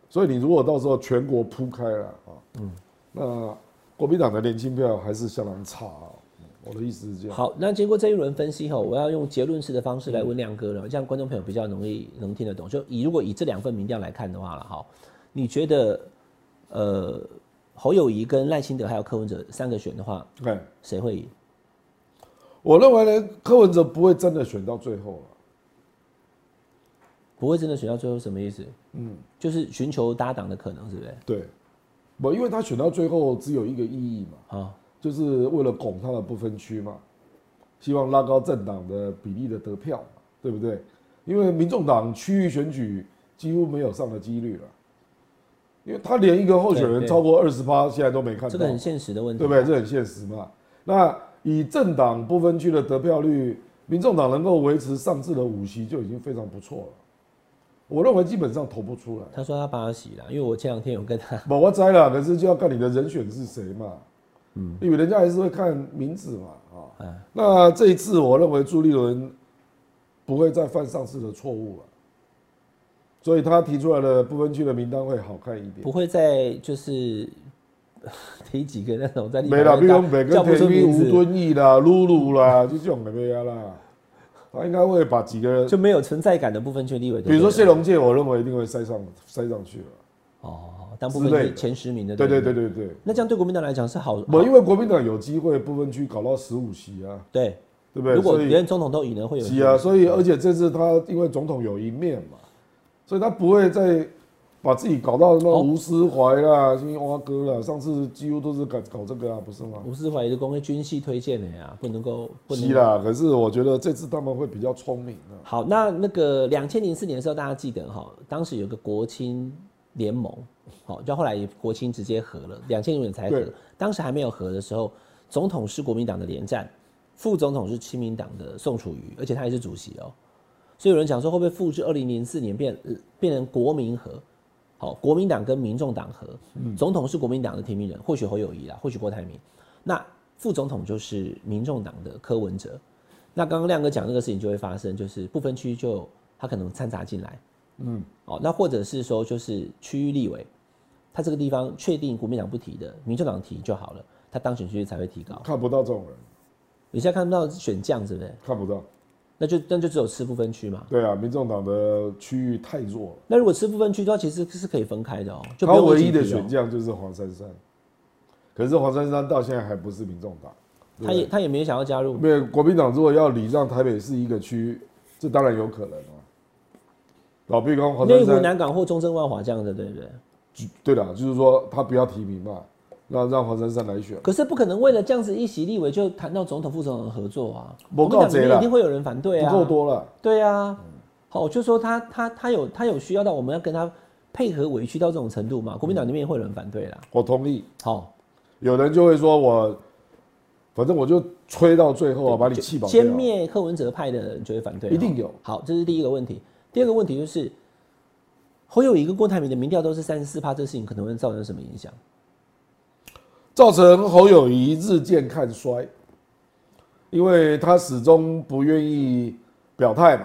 [SPEAKER 3] 所以你如果到时候全国铺开了啊，嗯，那国民党的年轻票还是相当差啊。我的意思是这样，
[SPEAKER 2] 好，那经过这一轮分析后，我要用结论式的方式
[SPEAKER 3] 嗯
[SPEAKER 2] 来问亮哥了，这样观众朋友比较容易能听得懂。就以如果以这两份民调来看的话了，哈，你觉得，呃，侯友谊跟赖清德还有柯文哲三个选的话，
[SPEAKER 3] 哎，
[SPEAKER 2] 谁会赢？
[SPEAKER 3] 我认为呢，柯文哲不会真的选到最后了。
[SPEAKER 2] 不会真的选到最后什么意思？嗯，就是寻求搭档的可能，是不是？
[SPEAKER 3] 对，不，因为他选到最后只有一个意义嘛，
[SPEAKER 2] 啊，
[SPEAKER 3] 就是为了拱他的不分区嘛，希望拉高政党的比例的得票嘛，对不对？因为民众党区域选举几乎没有上的几率了，因为他连一个候选
[SPEAKER 2] 对
[SPEAKER 3] 人
[SPEAKER 2] 对
[SPEAKER 3] 超过二十趴现在都没看到，
[SPEAKER 2] 这个很现实的问题，
[SPEAKER 3] 对不对？这很现实嘛。那以政党不分区的得票率，民众党能够维持上次的五席就已经非常不错了。我认为基本上投不出来。
[SPEAKER 2] 他说他八喜了，因为我前两天有跟他
[SPEAKER 3] 不，我摘了，可是就要看你的人选是谁嘛。嗯，因为人家还是会看名字嘛，啊、
[SPEAKER 2] 哎
[SPEAKER 3] 那这一次我认为朱立伦不会再犯上次的错误了，所以他提出来的不分区的名单会好看一点。
[SPEAKER 2] 不会再就是 呃提几个那种在立法
[SPEAKER 3] 没啦，
[SPEAKER 2] 院
[SPEAKER 3] 比如
[SPEAKER 2] 大
[SPEAKER 3] 北
[SPEAKER 2] 叫
[SPEAKER 3] 跟
[SPEAKER 2] 不
[SPEAKER 3] 田
[SPEAKER 2] 出
[SPEAKER 3] 兵
[SPEAKER 2] 名
[SPEAKER 3] 吴
[SPEAKER 2] 字，
[SPEAKER 3] 敦义啦、露露啦，就这种的没啊啦。他应该会把几个，
[SPEAKER 2] 就没有存在感的部分权立委，
[SPEAKER 3] 比如说谢
[SPEAKER 2] 龙
[SPEAKER 3] 龙介，我认为一定会塞上塞上去了。
[SPEAKER 2] 哦，当部
[SPEAKER 3] 之类
[SPEAKER 2] 分
[SPEAKER 3] 的
[SPEAKER 2] 区前十名的，
[SPEAKER 3] 对对
[SPEAKER 2] 不
[SPEAKER 3] 对。对对，
[SPEAKER 2] 那这样对国民党来讲是好，
[SPEAKER 3] 我因为国民党有机会不分区搞到十五席啊，
[SPEAKER 2] 对，
[SPEAKER 3] 对不对？
[SPEAKER 2] 如果
[SPEAKER 3] 所以
[SPEAKER 2] 连总统都赢了，会有
[SPEAKER 3] 是啊，所以而且这次他因为总统有一面嘛，所以他不会再把自己搞到什么
[SPEAKER 2] 哦
[SPEAKER 3] 吴思怀啦、新蛙哥啦，上次几乎都是搞搞这个啊，不是吗？
[SPEAKER 2] 吴思怀的公开军系推荐的呀，不能够不能
[SPEAKER 3] 是啦，可是我觉得这次他们会比较聪明啊。
[SPEAKER 2] 好，那那个两千零四年的时候，大家记得哈，当时有个国青联盟，好，就后来国青直接合了，两千年才合
[SPEAKER 3] 对。
[SPEAKER 2] 当时还没有合的时候，总统是国民党的连战，副总统是亲民党的宋楚瑜，而且他也是主席哦、所以有人讲说，会不会复制二零零四年变呃变成国民合？好，国民党跟民众党合，总统是国民党的提名人，或许侯友谊啦，或许郭台铭，那副总统就是民众党的柯文哲。那刚刚亮哥讲这个事情就会发生，就是不分区就他可能掺杂进来，嗯，哦，那或者是说就是区域立委，他这个地方确定国民党不提的，民众党提就好了，他当选区域才会提高。
[SPEAKER 3] 看不到这种人，
[SPEAKER 2] 你现在看不到选将，是不是？
[SPEAKER 3] 看不到。
[SPEAKER 2] 那就那就只有吃不分区嘛。
[SPEAKER 3] 对啊，民众党的区域太弱了，
[SPEAKER 2] 那如果吃不分区的话，其实是可以分开的哦、就不
[SPEAKER 3] 他
[SPEAKER 2] 用
[SPEAKER 3] 唯
[SPEAKER 2] 集
[SPEAKER 3] 一的
[SPEAKER 2] 体哦
[SPEAKER 3] 选项就是黄珊珊，可是黄珊珊到现在还不是民众党，对
[SPEAKER 2] 他
[SPEAKER 3] 不对
[SPEAKER 2] 也他也没想要加入，
[SPEAKER 3] 没有国民党如果要礼让台北市一个区，这当然有可能啊。老毕跟黄
[SPEAKER 2] 内
[SPEAKER 3] 珊
[SPEAKER 2] 湖、
[SPEAKER 3] 珊
[SPEAKER 2] 南港或中正、万华这样的，对不对？
[SPEAKER 3] 对啦，就是说他不要提名嘛，让让黄珊珊来选。
[SPEAKER 2] 可是不可能为了这样子一席立委就谈到总统、副总统的合作啊！
[SPEAKER 3] 不
[SPEAKER 2] 我
[SPEAKER 3] 够
[SPEAKER 2] 们
[SPEAKER 3] 贼
[SPEAKER 2] 里
[SPEAKER 3] 啦
[SPEAKER 2] 面一定会有人反对啊，
[SPEAKER 3] 不够多了，
[SPEAKER 2] 对啊，好，我就说他他他有他有需要到我们要跟他配合委屈到这种程度嘛？国民党里面也会有人反对啦。
[SPEAKER 3] 我同意。
[SPEAKER 2] 好，
[SPEAKER 3] 有人就会说我，反正我就吹到最后啊，把你气饱掉
[SPEAKER 2] 歼。灭柯文哲派的人就会反对，啊
[SPEAKER 3] 一定有。
[SPEAKER 2] 好，这是第一个问题。第二个问题就是，侯友谊跟郭台铭的民调都是三十四趴，这事情可能会造成什么影响？
[SPEAKER 3] 造成侯友谊日渐看衰，因为他始终不愿意表态嘛。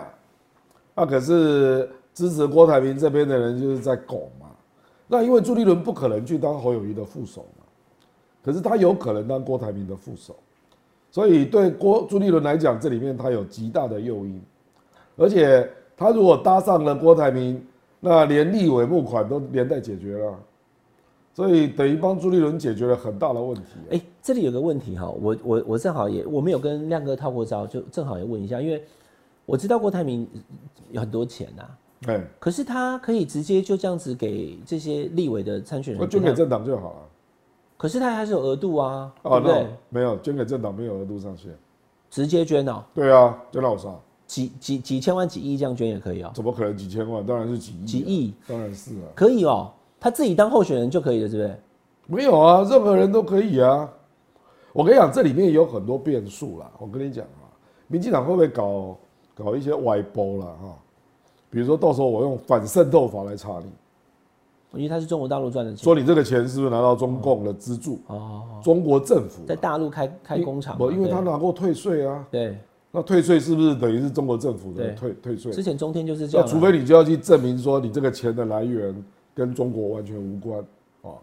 [SPEAKER 3] 那、可是支持郭台铭这边的人就是在拱嘛。那因为朱立伦不可能去当侯友谊的副手嘛，可是他有可能当郭台铭的副手，所以对郭朱立伦来讲，这里面他有极大的诱因，而且他如果搭上了郭台铭，那连立委募款都连带解决了，所以等于帮朱立伦解决了很大的问题、
[SPEAKER 2] 哎、这里有个问题哈，我我我正好也我没有跟亮哥套过招，就正好也问一下，因为我知道郭台铭呃有很多钱呐、
[SPEAKER 3] 哎、
[SPEAKER 2] 可是他可以直接就这样子给这些立委的参选
[SPEAKER 3] 我
[SPEAKER 2] 人
[SPEAKER 3] 捐
[SPEAKER 2] 给
[SPEAKER 3] 给
[SPEAKER 2] 他
[SPEAKER 3] 政党哦就好了。
[SPEAKER 2] 可是他还是有额度啊，对
[SPEAKER 3] 哦，
[SPEAKER 2] 不
[SPEAKER 3] 那
[SPEAKER 2] 对？
[SPEAKER 3] 没有捐给政党没有额度上限。
[SPEAKER 2] 直接捐哦、
[SPEAKER 3] 对啊，捐到我上，
[SPEAKER 2] 几几几千万、几亿这样捐也可以哦、
[SPEAKER 3] 怎么可能几千万？当然是几亿、啊
[SPEAKER 2] 几，亿
[SPEAKER 3] 当然是啊。
[SPEAKER 2] 可以哦、他自己当候选人就可以了，是不是？
[SPEAKER 3] 没有啊，任何人都可以啊。我跟你讲，这里面有很多变数啦。我跟你讲啊，民进党会不会搞搞一些歪波啦？哈？比如说到时候我用反渗透法来查你，
[SPEAKER 2] 因为他是中国大陆赚的钱
[SPEAKER 3] 说你这个钱是不是拿到中共的资助？
[SPEAKER 2] 哦，
[SPEAKER 3] 中国政府
[SPEAKER 2] 在大陆开开工厂嘛，
[SPEAKER 3] 不，因为
[SPEAKER 2] 对
[SPEAKER 3] 他拿过退税啊，
[SPEAKER 2] 对
[SPEAKER 3] 那退税是不是等于是中国政府的
[SPEAKER 2] 对
[SPEAKER 3] 退退税？
[SPEAKER 2] 之前中天就是这
[SPEAKER 3] 那
[SPEAKER 2] 样啊，
[SPEAKER 3] 除非你就要去证明说你这个钱的来源跟中国完全无关啊，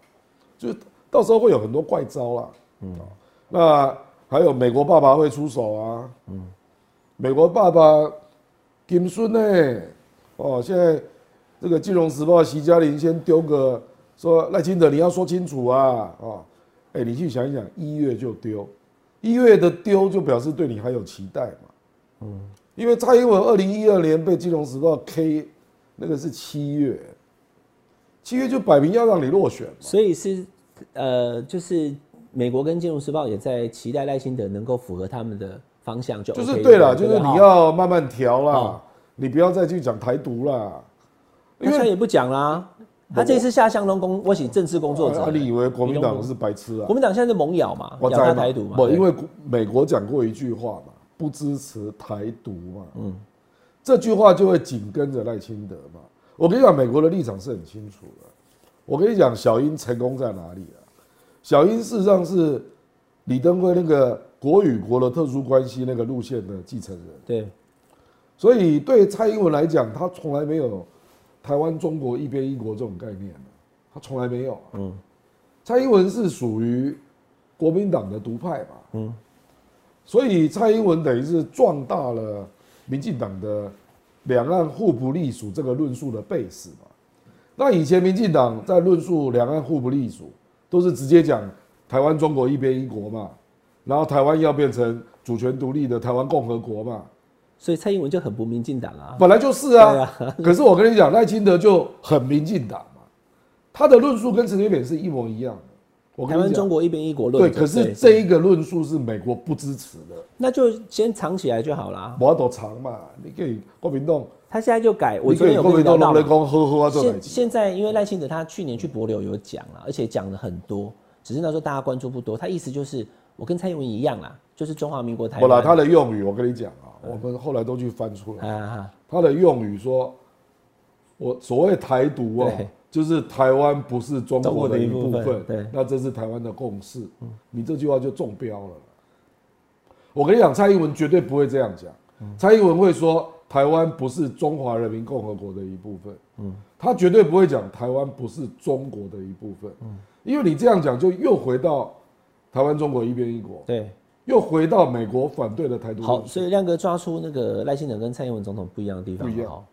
[SPEAKER 3] 就到时候会有很多怪招啦。嗯，那还有美国爸爸会出手啊。嗯，美国爸爸金孙呢、哦，现在这个《金融时报》徐嘉玲先丢个说赖清德你要说清楚啊哦，哎、你去想一想，一月就丢，一月的丢就表示对你还有期待嘛。因为蔡英文二零一二年被《金融时报》K，那个是七月，七月就摆明要让你落选嘛。
[SPEAKER 2] 所以是呃，就是美国跟《金融时报》也在期待赖清德能够符合他们的方向就、
[SPEAKER 3] 就
[SPEAKER 2] OK
[SPEAKER 3] 是对了，
[SPEAKER 2] 了，
[SPEAKER 3] 就
[SPEAKER 2] 不
[SPEAKER 3] 是
[SPEAKER 2] 对
[SPEAKER 3] 你。要慢慢调
[SPEAKER 2] 哦
[SPEAKER 3] 啦，你不要再去讲台独啦。
[SPEAKER 2] 他现在也不讲啦，他这次下乡农工，我请政治工作者
[SPEAKER 3] 啊，，你以为国民
[SPEAKER 2] 你
[SPEAKER 3] 党
[SPEAKER 2] 都
[SPEAKER 3] 是白痴啊
[SPEAKER 2] 国？民党现在是猛咬嘛，
[SPEAKER 3] 我
[SPEAKER 2] 咬
[SPEAKER 3] 在
[SPEAKER 2] 他
[SPEAKER 3] 嘛
[SPEAKER 2] 啊台独嘛，
[SPEAKER 3] 不，
[SPEAKER 2] 对
[SPEAKER 3] 因为国美国讲过一句话嘛，不支持台独嘛。嗯，这句话就会紧跟着赖清德嘛。我跟你讲，美国的立场是很清楚的。我跟你讲，小英成功在哪里啊？小英事实上是李登辉那个国与国的特殊关系那个路线的继承人，
[SPEAKER 2] 对
[SPEAKER 3] 所以对蔡英文来讲，他从来没有台湾中国一边一国这种概念，他从来没有。嗯，蔡英文是属于国民党的独派嘛。嗯，所以蔡英文等于是壮大了民进党的两岸互不隶属这个论述的 base 嘛。那以前民进党在论述两岸互不隶属，都是直接讲台湾中国一边一国嘛，然后台湾要变成主权独立的台湾共和国嘛。
[SPEAKER 2] 所以蔡英文就很不民进党啊，
[SPEAKER 3] 本来就是
[SPEAKER 2] 对
[SPEAKER 3] 啊。
[SPEAKER 2] 啊，
[SPEAKER 3] 可是我跟你讲，赖清德就很民进党嘛，他的论述跟陈水扁是一模一样的。我
[SPEAKER 2] 台
[SPEAKER 3] 跟
[SPEAKER 2] 湾
[SPEAKER 3] 你
[SPEAKER 2] 中
[SPEAKER 3] 讲，
[SPEAKER 2] 国一边一国论
[SPEAKER 3] 对，
[SPEAKER 2] 者，
[SPEAKER 3] 可是
[SPEAKER 2] 对
[SPEAKER 3] 这一个论述是美国不支持的，
[SPEAKER 2] 那就先藏起来就好啦。
[SPEAKER 3] 我都长嘛，你给国民党，
[SPEAKER 2] 他现在就改，我
[SPEAKER 3] 你
[SPEAKER 2] 昨
[SPEAKER 3] 给
[SPEAKER 2] 天有
[SPEAKER 3] 国
[SPEAKER 2] 跟你
[SPEAKER 3] 民
[SPEAKER 2] 聊
[SPEAKER 3] 党
[SPEAKER 2] 到
[SPEAKER 3] 弄
[SPEAKER 2] 嘛
[SPEAKER 3] 来讲呵呵啊，做代
[SPEAKER 2] 现
[SPEAKER 3] 志。
[SPEAKER 2] 现在因为赖清德他去年去博流有讲了，而且讲了很多，只是那时候大家关注不多。他意思就是我跟蔡英文一样啦，就是中华民国台
[SPEAKER 3] 我
[SPEAKER 2] 湾。
[SPEAKER 3] 啦，他的用语我跟你讲啊，我们后来都去翻出来，
[SPEAKER 2] 啊，
[SPEAKER 3] 他的用语说，我所谓台独啊
[SPEAKER 2] 对。
[SPEAKER 3] 就是台湾不是中
[SPEAKER 2] 中国
[SPEAKER 3] 国
[SPEAKER 2] 的
[SPEAKER 3] 的
[SPEAKER 2] 一
[SPEAKER 3] 一
[SPEAKER 2] 部
[SPEAKER 3] 部
[SPEAKER 2] 分
[SPEAKER 3] 分，
[SPEAKER 2] 对
[SPEAKER 3] 那这是台湾的共识。你这句话就中标了。我跟你讲，蔡英文绝对不会这样讲。蔡英文会说台湾不是中华人民共和国的一部分。嗯，他绝对不会讲台湾不是中国的一部分。嗯，因为你这样讲，就又回到台湾中国一边一国，
[SPEAKER 2] 对，
[SPEAKER 3] 又回到美国反对的台独
[SPEAKER 2] 好，
[SPEAKER 3] 论述。
[SPEAKER 2] 所以亮哥抓出那个赖清德跟蔡英文总统不一样的地方
[SPEAKER 3] 不一样
[SPEAKER 2] 好，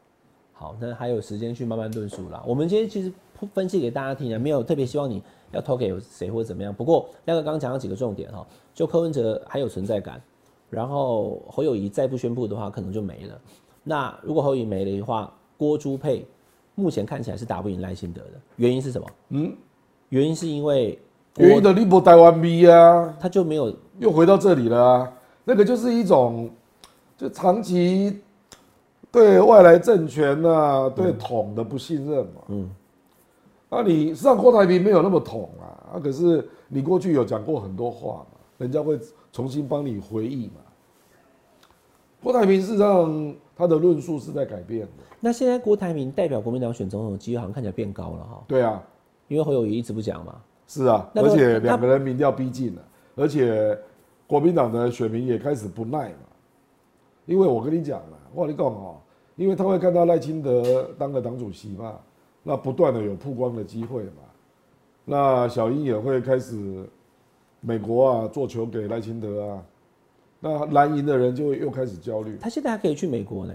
[SPEAKER 2] 好，那还有时间去慢慢论述啦。我们今天其实分析给大家听啊，没有特别希望你要投给谁或怎么样。不过亮哥刚刚讲到几个重点哈，就柯文哲还有存在感，然后侯友谊再不宣布的话，可能就没了。那如果侯友谊没了的话，郭朱配目前看起来是打不赢赖清德的，原因是什么？嗯，原因是因为郭
[SPEAKER 3] 原因的你不台湾逼啊，
[SPEAKER 2] 他就没有
[SPEAKER 3] 又回到这里了、啊。那个就是一种，就长期对外来政权呐、对统的不信任嘛。嗯，那你实际上郭台铭没有那么统啊，啊可是你过去有讲过很多话嘛，人家会重新帮你回忆嘛。郭台铭事实上他的论述是在改变的，
[SPEAKER 2] 那现在郭台铭代表国民党选总统的机会好像看起来变高了哈，
[SPEAKER 3] 对啊，
[SPEAKER 2] 因为侯友谊一直不讲嘛。
[SPEAKER 3] 是啊，
[SPEAKER 2] 那
[SPEAKER 3] 而
[SPEAKER 2] 个
[SPEAKER 3] 且
[SPEAKER 2] 那
[SPEAKER 3] 两个人民调逼近了，而且国民党的选民也开始不耐嘛。因为我跟你讲了，我跟你讲哦，因为他会看到赖清德当了党主席嘛，那不断的有曝光的机会嘛，那小英也会开始美国啊做球给赖清德啊，那蓝营的人就会又开始焦虑，
[SPEAKER 2] 他现在还可以去美国呢，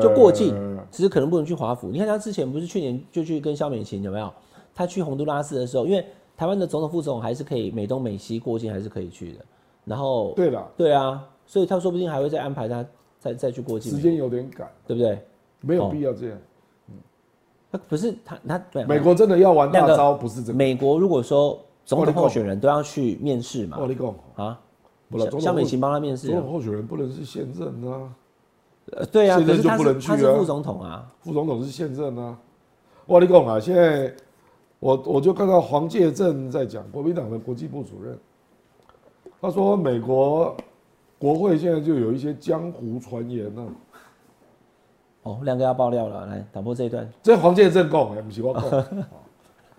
[SPEAKER 2] 就过境
[SPEAKER 3] 呃
[SPEAKER 2] 只是可能不能去华府。你看他之前不是去年就去跟肖美琴有没有？他去洪都拉斯的时候，因为台湾的总统、副总还是可以美东美西过境，还是可以去的。然后
[SPEAKER 3] 对了，
[SPEAKER 2] 对啊，所以他说不定还会再安排他再再去过境
[SPEAKER 3] 时，间有点赶，
[SPEAKER 2] 对不对？
[SPEAKER 3] 没有必要这样。
[SPEAKER 2] 他不是他他哦对啊
[SPEAKER 3] 美国真的要玩大招，不是这个。
[SPEAKER 2] 美国如果说总
[SPEAKER 3] 我跟
[SPEAKER 2] 统
[SPEAKER 3] 你讲
[SPEAKER 2] 候选人都要去面试嘛
[SPEAKER 3] 我跟你讲，哦
[SPEAKER 2] 啊，
[SPEAKER 3] 不了
[SPEAKER 2] 肖
[SPEAKER 3] 总统
[SPEAKER 2] 肖美琴帮他面试
[SPEAKER 3] 总
[SPEAKER 2] 啊、
[SPEAKER 3] 统候选人不能是现任啊，
[SPEAKER 2] 呃对啊，
[SPEAKER 3] 现在
[SPEAKER 2] 可是他
[SPEAKER 3] 就不
[SPEAKER 2] 是
[SPEAKER 3] 能去
[SPEAKER 2] 他是
[SPEAKER 3] 啊
[SPEAKER 2] 副总统啊，
[SPEAKER 3] 副总统是现任啊。我跟你讲啊，现在我我就看到黄介正在讲国民党的国际部主任，他说美国国会现在就有一些江湖传言呢、啊。
[SPEAKER 2] 哦，亮哥要爆料了，来打破这一段。
[SPEAKER 3] 这黄建正讲的，不是我 讲。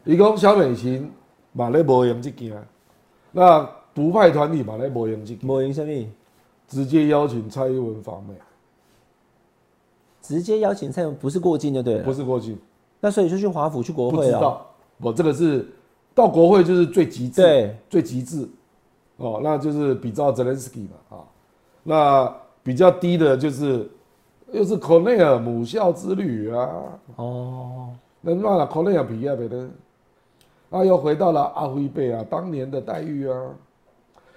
[SPEAKER 3] 伊讲萧美琴嘛咧无用这件，那独派团体嘛咧无用这件，
[SPEAKER 2] 莫云生命
[SPEAKER 3] 直接邀请蔡英文访美，
[SPEAKER 2] 直接邀请蔡英文不是过境就对了，
[SPEAKER 3] 不是过去，
[SPEAKER 2] 那所以就去华府去国
[SPEAKER 3] 不
[SPEAKER 2] 会啊
[SPEAKER 3] 知
[SPEAKER 2] 了。
[SPEAKER 3] 道。我这个是到国会就是最极致，
[SPEAKER 2] 对，啊
[SPEAKER 3] 最极致。哦，那就是比照泽连斯基嘛啊，那比较低的就是又是科内尔母校之旅啊，
[SPEAKER 2] 哦，
[SPEAKER 3] 那那了科内尔比亚北的，啊，又回到了阿辉贝啊当年的待遇啊。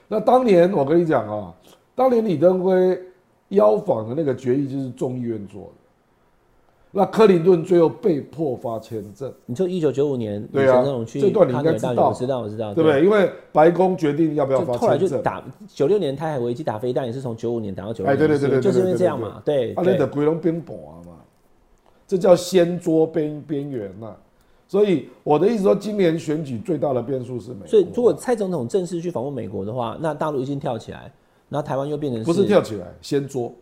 [SPEAKER 3] 那当年我跟你讲啊，当年李登辉邀访的那个决议就是众议院做的，那克林顿最后被迫发签证，
[SPEAKER 2] 你就一九九五年，
[SPEAKER 3] 对啊
[SPEAKER 2] 陈总去
[SPEAKER 3] 这段你应
[SPEAKER 2] 康
[SPEAKER 3] 该
[SPEAKER 2] 乃
[SPEAKER 3] 知道
[SPEAKER 2] 大学我知道，我知道，
[SPEAKER 3] 对不对？因为白宫决定要不要
[SPEAKER 2] 啊就
[SPEAKER 3] 发
[SPEAKER 2] 后来
[SPEAKER 3] 签
[SPEAKER 2] 就
[SPEAKER 3] 证，
[SPEAKER 2] 打九六年台海危机打飞弹，也是从九五年打到九六
[SPEAKER 3] 哎
[SPEAKER 2] 年，
[SPEAKER 3] 对对对对对
[SPEAKER 2] 就是因为
[SPEAKER 3] 对对
[SPEAKER 2] 这样嘛，对
[SPEAKER 3] 啊，那
[SPEAKER 2] 对
[SPEAKER 3] 的鬼龙边盘嘛，这叫先捉边边缘呐、所以我的意思说，今年选举最大的变数是美国，
[SPEAKER 2] 所以如果蔡总统正式去访问美国的话，那大陆一定跳起来，然后台湾又变成
[SPEAKER 3] 不是跳起来，先捉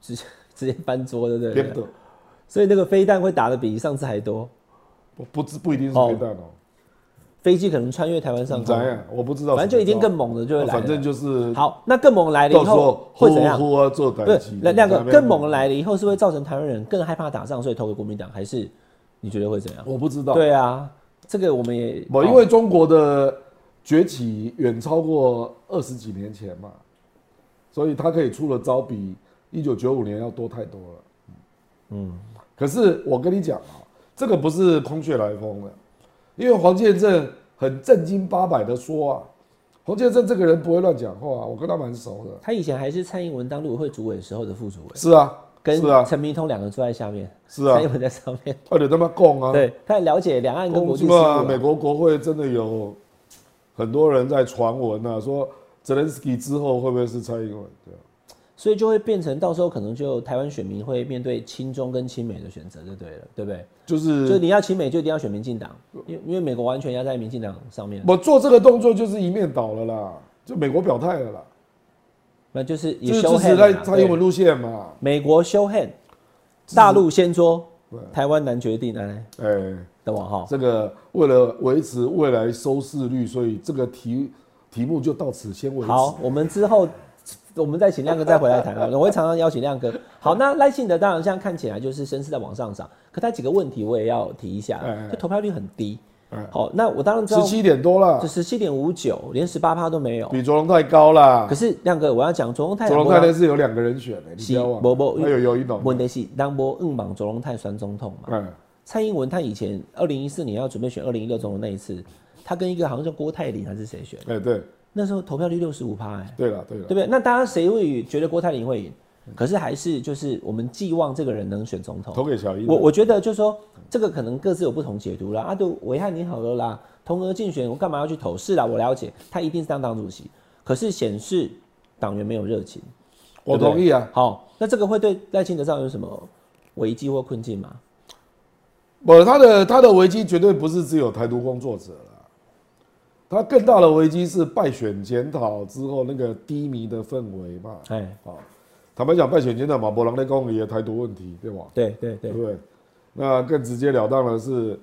[SPEAKER 2] 直接直接翻桌，对不
[SPEAKER 3] 边
[SPEAKER 2] 对？
[SPEAKER 3] 的。
[SPEAKER 2] 所以那个飞弹会打的比上次还多，
[SPEAKER 3] 不不知不一定是飞弹哦，
[SPEAKER 2] 飞机可能穿越台湾上
[SPEAKER 3] 你
[SPEAKER 2] 空
[SPEAKER 3] 怎，样？我不知道什么时候，
[SPEAKER 2] 反正就一定更猛的就会来了。
[SPEAKER 3] 啊哦反正就是
[SPEAKER 2] 好，那更猛来了
[SPEAKER 3] 到
[SPEAKER 2] 以
[SPEAKER 3] 时
[SPEAKER 2] 后
[SPEAKER 3] 候
[SPEAKER 2] 会怎样？
[SPEAKER 3] 呼啊做
[SPEAKER 2] 不
[SPEAKER 3] 短
[SPEAKER 2] 是
[SPEAKER 3] 期，
[SPEAKER 2] 那亮哥更猛的，来了以后是会造成台湾人更害怕打仗，所以投给国民党，还是你觉得会怎样？
[SPEAKER 3] 我不知道。，
[SPEAKER 2] 对啊，这个我们也
[SPEAKER 3] 我因为中国的崛起远超过二十几年前嘛，所以他可以出的招比一九九五年要多太多了。嗯，可是我跟你讲啊，这个不是空穴来风的，因为黄建正很正经八百的说啊，黄建正这个人不会乱讲话、啊我跟他蛮熟的。
[SPEAKER 2] 他以前还是蔡英文当陆委会主委时候的副主委，
[SPEAKER 3] 是啊，
[SPEAKER 2] 跟
[SPEAKER 3] 是啊，
[SPEAKER 2] 陈明通两个坐在下面，
[SPEAKER 3] 是啊
[SPEAKER 2] 蔡英文在上面，
[SPEAKER 3] 快点他妈供啊！，
[SPEAKER 2] 对，他也了解两岸跟国际
[SPEAKER 3] 什
[SPEAKER 2] 事务
[SPEAKER 3] 么
[SPEAKER 2] 啊。
[SPEAKER 3] 哦美国国会真的有很多人在传闻啊，说泽连斯基之后会不会是蔡英文？对啊，
[SPEAKER 2] 所以就会变成到时候可能就台湾选民会面对亲中跟亲美的选择就对了，对不对？
[SPEAKER 3] 就是
[SPEAKER 2] 就你要亲美就一定要选民进党，因为因为美国完全压在民进党上面，
[SPEAKER 3] 我做这个动作就是一面倒了啦，就美国表态了啦，
[SPEAKER 2] 那就是也
[SPEAKER 3] 就是
[SPEAKER 2] 修
[SPEAKER 3] 支
[SPEAKER 2] hand 啊
[SPEAKER 3] 持
[SPEAKER 2] 啦
[SPEAKER 3] 蔡蔡英文
[SPEAKER 2] 对
[SPEAKER 3] 路线嘛。
[SPEAKER 2] 美国修 hand，大陆先说
[SPEAKER 3] 对，
[SPEAKER 2] 台湾难决定，来来
[SPEAKER 3] 哎、
[SPEAKER 2] 等我哈。
[SPEAKER 3] 这个为了维持未来收视率，所以这个题题目就到此先为止。
[SPEAKER 2] 好，我们之后我们再请亮哥再回来谈 啊，我会常常邀请亮哥。好，那赖幸德当然现在看起来就是声势在往上涨，可他几个问题我也要提一下
[SPEAKER 3] 哎哎，
[SPEAKER 2] 就投票率很低
[SPEAKER 3] 哎。
[SPEAKER 2] 好，那我当然知道
[SPEAKER 3] 十，七点多啦
[SPEAKER 2] 就，十七点五九，连十八趴都没有。
[SPEAKER 3] 比卓龙太高啦
[SPEAKER 2] 可。是亮哥，我要讲卓龙泰
[SPEAKER 3] 卓
[SPEAKER 2] 两
[SPEAKER 3] 龙
[SPEAKER 2] 波
[SPEAKER 3] 太
[SPEAKER 2] 人，
[SPEAKER 3] 那是有两个人选的、你不
[SPEAKER 2] 是
[SPEAKER 3] 要忘
[SPEAKER 2] 不
[SPEAKER 3] 了。
[SPEAKER 2] 不
[SPEAKER 3] 哎还有有一种，
[SPEAKER 2] 问题是当波硬绑卓龙泰选总统嘛？
[SPEAKER 3] 哎，
[SPEAKER 2] 蔡英文他以前二零一四年要准备选二零一六总统那一次，他跟一个好像叫郭泰林还是谁选，
[SPEAKER 3] 哎，对，
[SPEAKER 2] 那时候投票率六十五趴，哎、
[SPEAKER 3] 对了，对了
[SPEAKER 2] 对不，对？那大家谁会觉得郭泰林会赢？可是还是就是我们寄望这个人能选总统。
[SPEAKER 3] 投给小英。啊
[SPEAKER 2] 我我觉得就是说，这个可能各自有不同解读啦。啊，对，维汉你好了啦，同额竞选，我干嘛要去投？是啦，我了解，他一定是当党主席，可是显示党员没有热情。对
[SPEAKER 3] 我
[SPEAKER 2] 不对
[SPEAKER 3] 同意啊。
[SPEAKER 2] 好，那这个会对赖清德上有什么危机或困境吗？
[SPEAKER 3] 不，他的他的危机绝对不是只有台独工作者了，他更大的危机是败选检讨之后那个低迷的氛围嘛。
[SPEAKER 2] 哎，
[SPEAKER 3] 啊，坦白讲，败选检讨嘛，没人在讲你的台独问题，对吧？
[SPEAKER 2] 对对对
[SPEAKER 3] 对，不对？那更直截了当的是，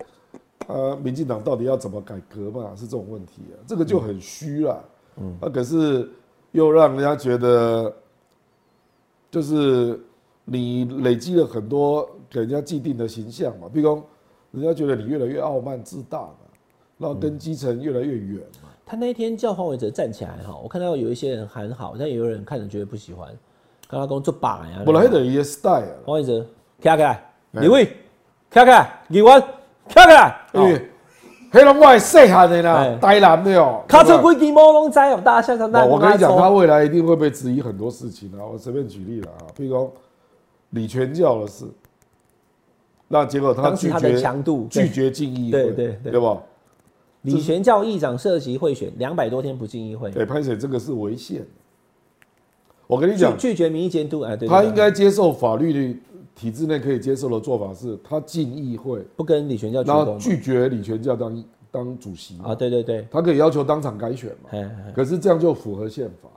[SPEAKER 3] 呃，民进党到底要怎么改革嘛？是这种问题啊，这个就很虚啦。嗯，啊，可是又让人家觉得，就是你累积了很多给人家既定的形象嘛，比如说人家觉得你越来越傲慢自大嘛，然后跟基层越来越远嘛。
[SPEAKER 2] 他那一天叫黄伟哲站起来哈，我看到有一些人喊好，但也有人看着觉得不喜欢，跟他工作把呀。
[SPEAKER 3] 本来的也啊 style
[SPEAKER 2] 黄伟哲站起来，
[SPEAKER 3] 哎
[SPEAKER 2] 李卫，跳起来，李文，跳起来，哦
[SPEAKER 3] 因为黑龙外细汉的啦
[SPEAKER 2] 哎，
[SPEAKER 3] 呆男的哦，
[SPEAKER 2] 卡车
[SPEAKER 3] 对吧
[SPEAKER 2] 规矩毛拢知哦，大家想想那
[SPEAKER 3] 我我跟你讲，他未来一定会被质疑很多事情啊。我随便举例了啊，譬如说李全教的事，那结果他
[SPEAKER 2] 当时
[SPEAKER 3] 拒
[SPEAKER 2] 他的
[SPEAKER 3] 绝
[SPEAKER 2] 强度对
[SPEAKER 3] 拒绝进议会，
[SPEAKER 2] 对对对
[SPEAKER 3] 对吧？
[SPEAKER 2] 李全教议长涉及贿选，两百多天不进议会，
[SPEAKER 3] 对，潘水这个是违宪。我跟你
[SPEAKER 2] 拒
[SPEAKER 3] 讲，
[SPEAKER 2] 拒绝民意监督，哎，对，对
[SPEAKER 3] 他
[SPEAKER 2] 对
[SPEAKER 3] 应该接受法律的体制内可以接受的做法是，他进议会，
[SPEAKER 2] 不跟李全教鞠
[SPEAKER 3] 然后
[SPEAKER 2] 躬
[SPEAKER 3] 拒绝李全教当当主席
[SPEAKER 2] 嘛啊，对对对，
[SPEAKER 3] 他可以要求当场改选嘛。
[SPEAKER 2] 哎哎
[SPEAKER 3] 可是这样就符合宪法。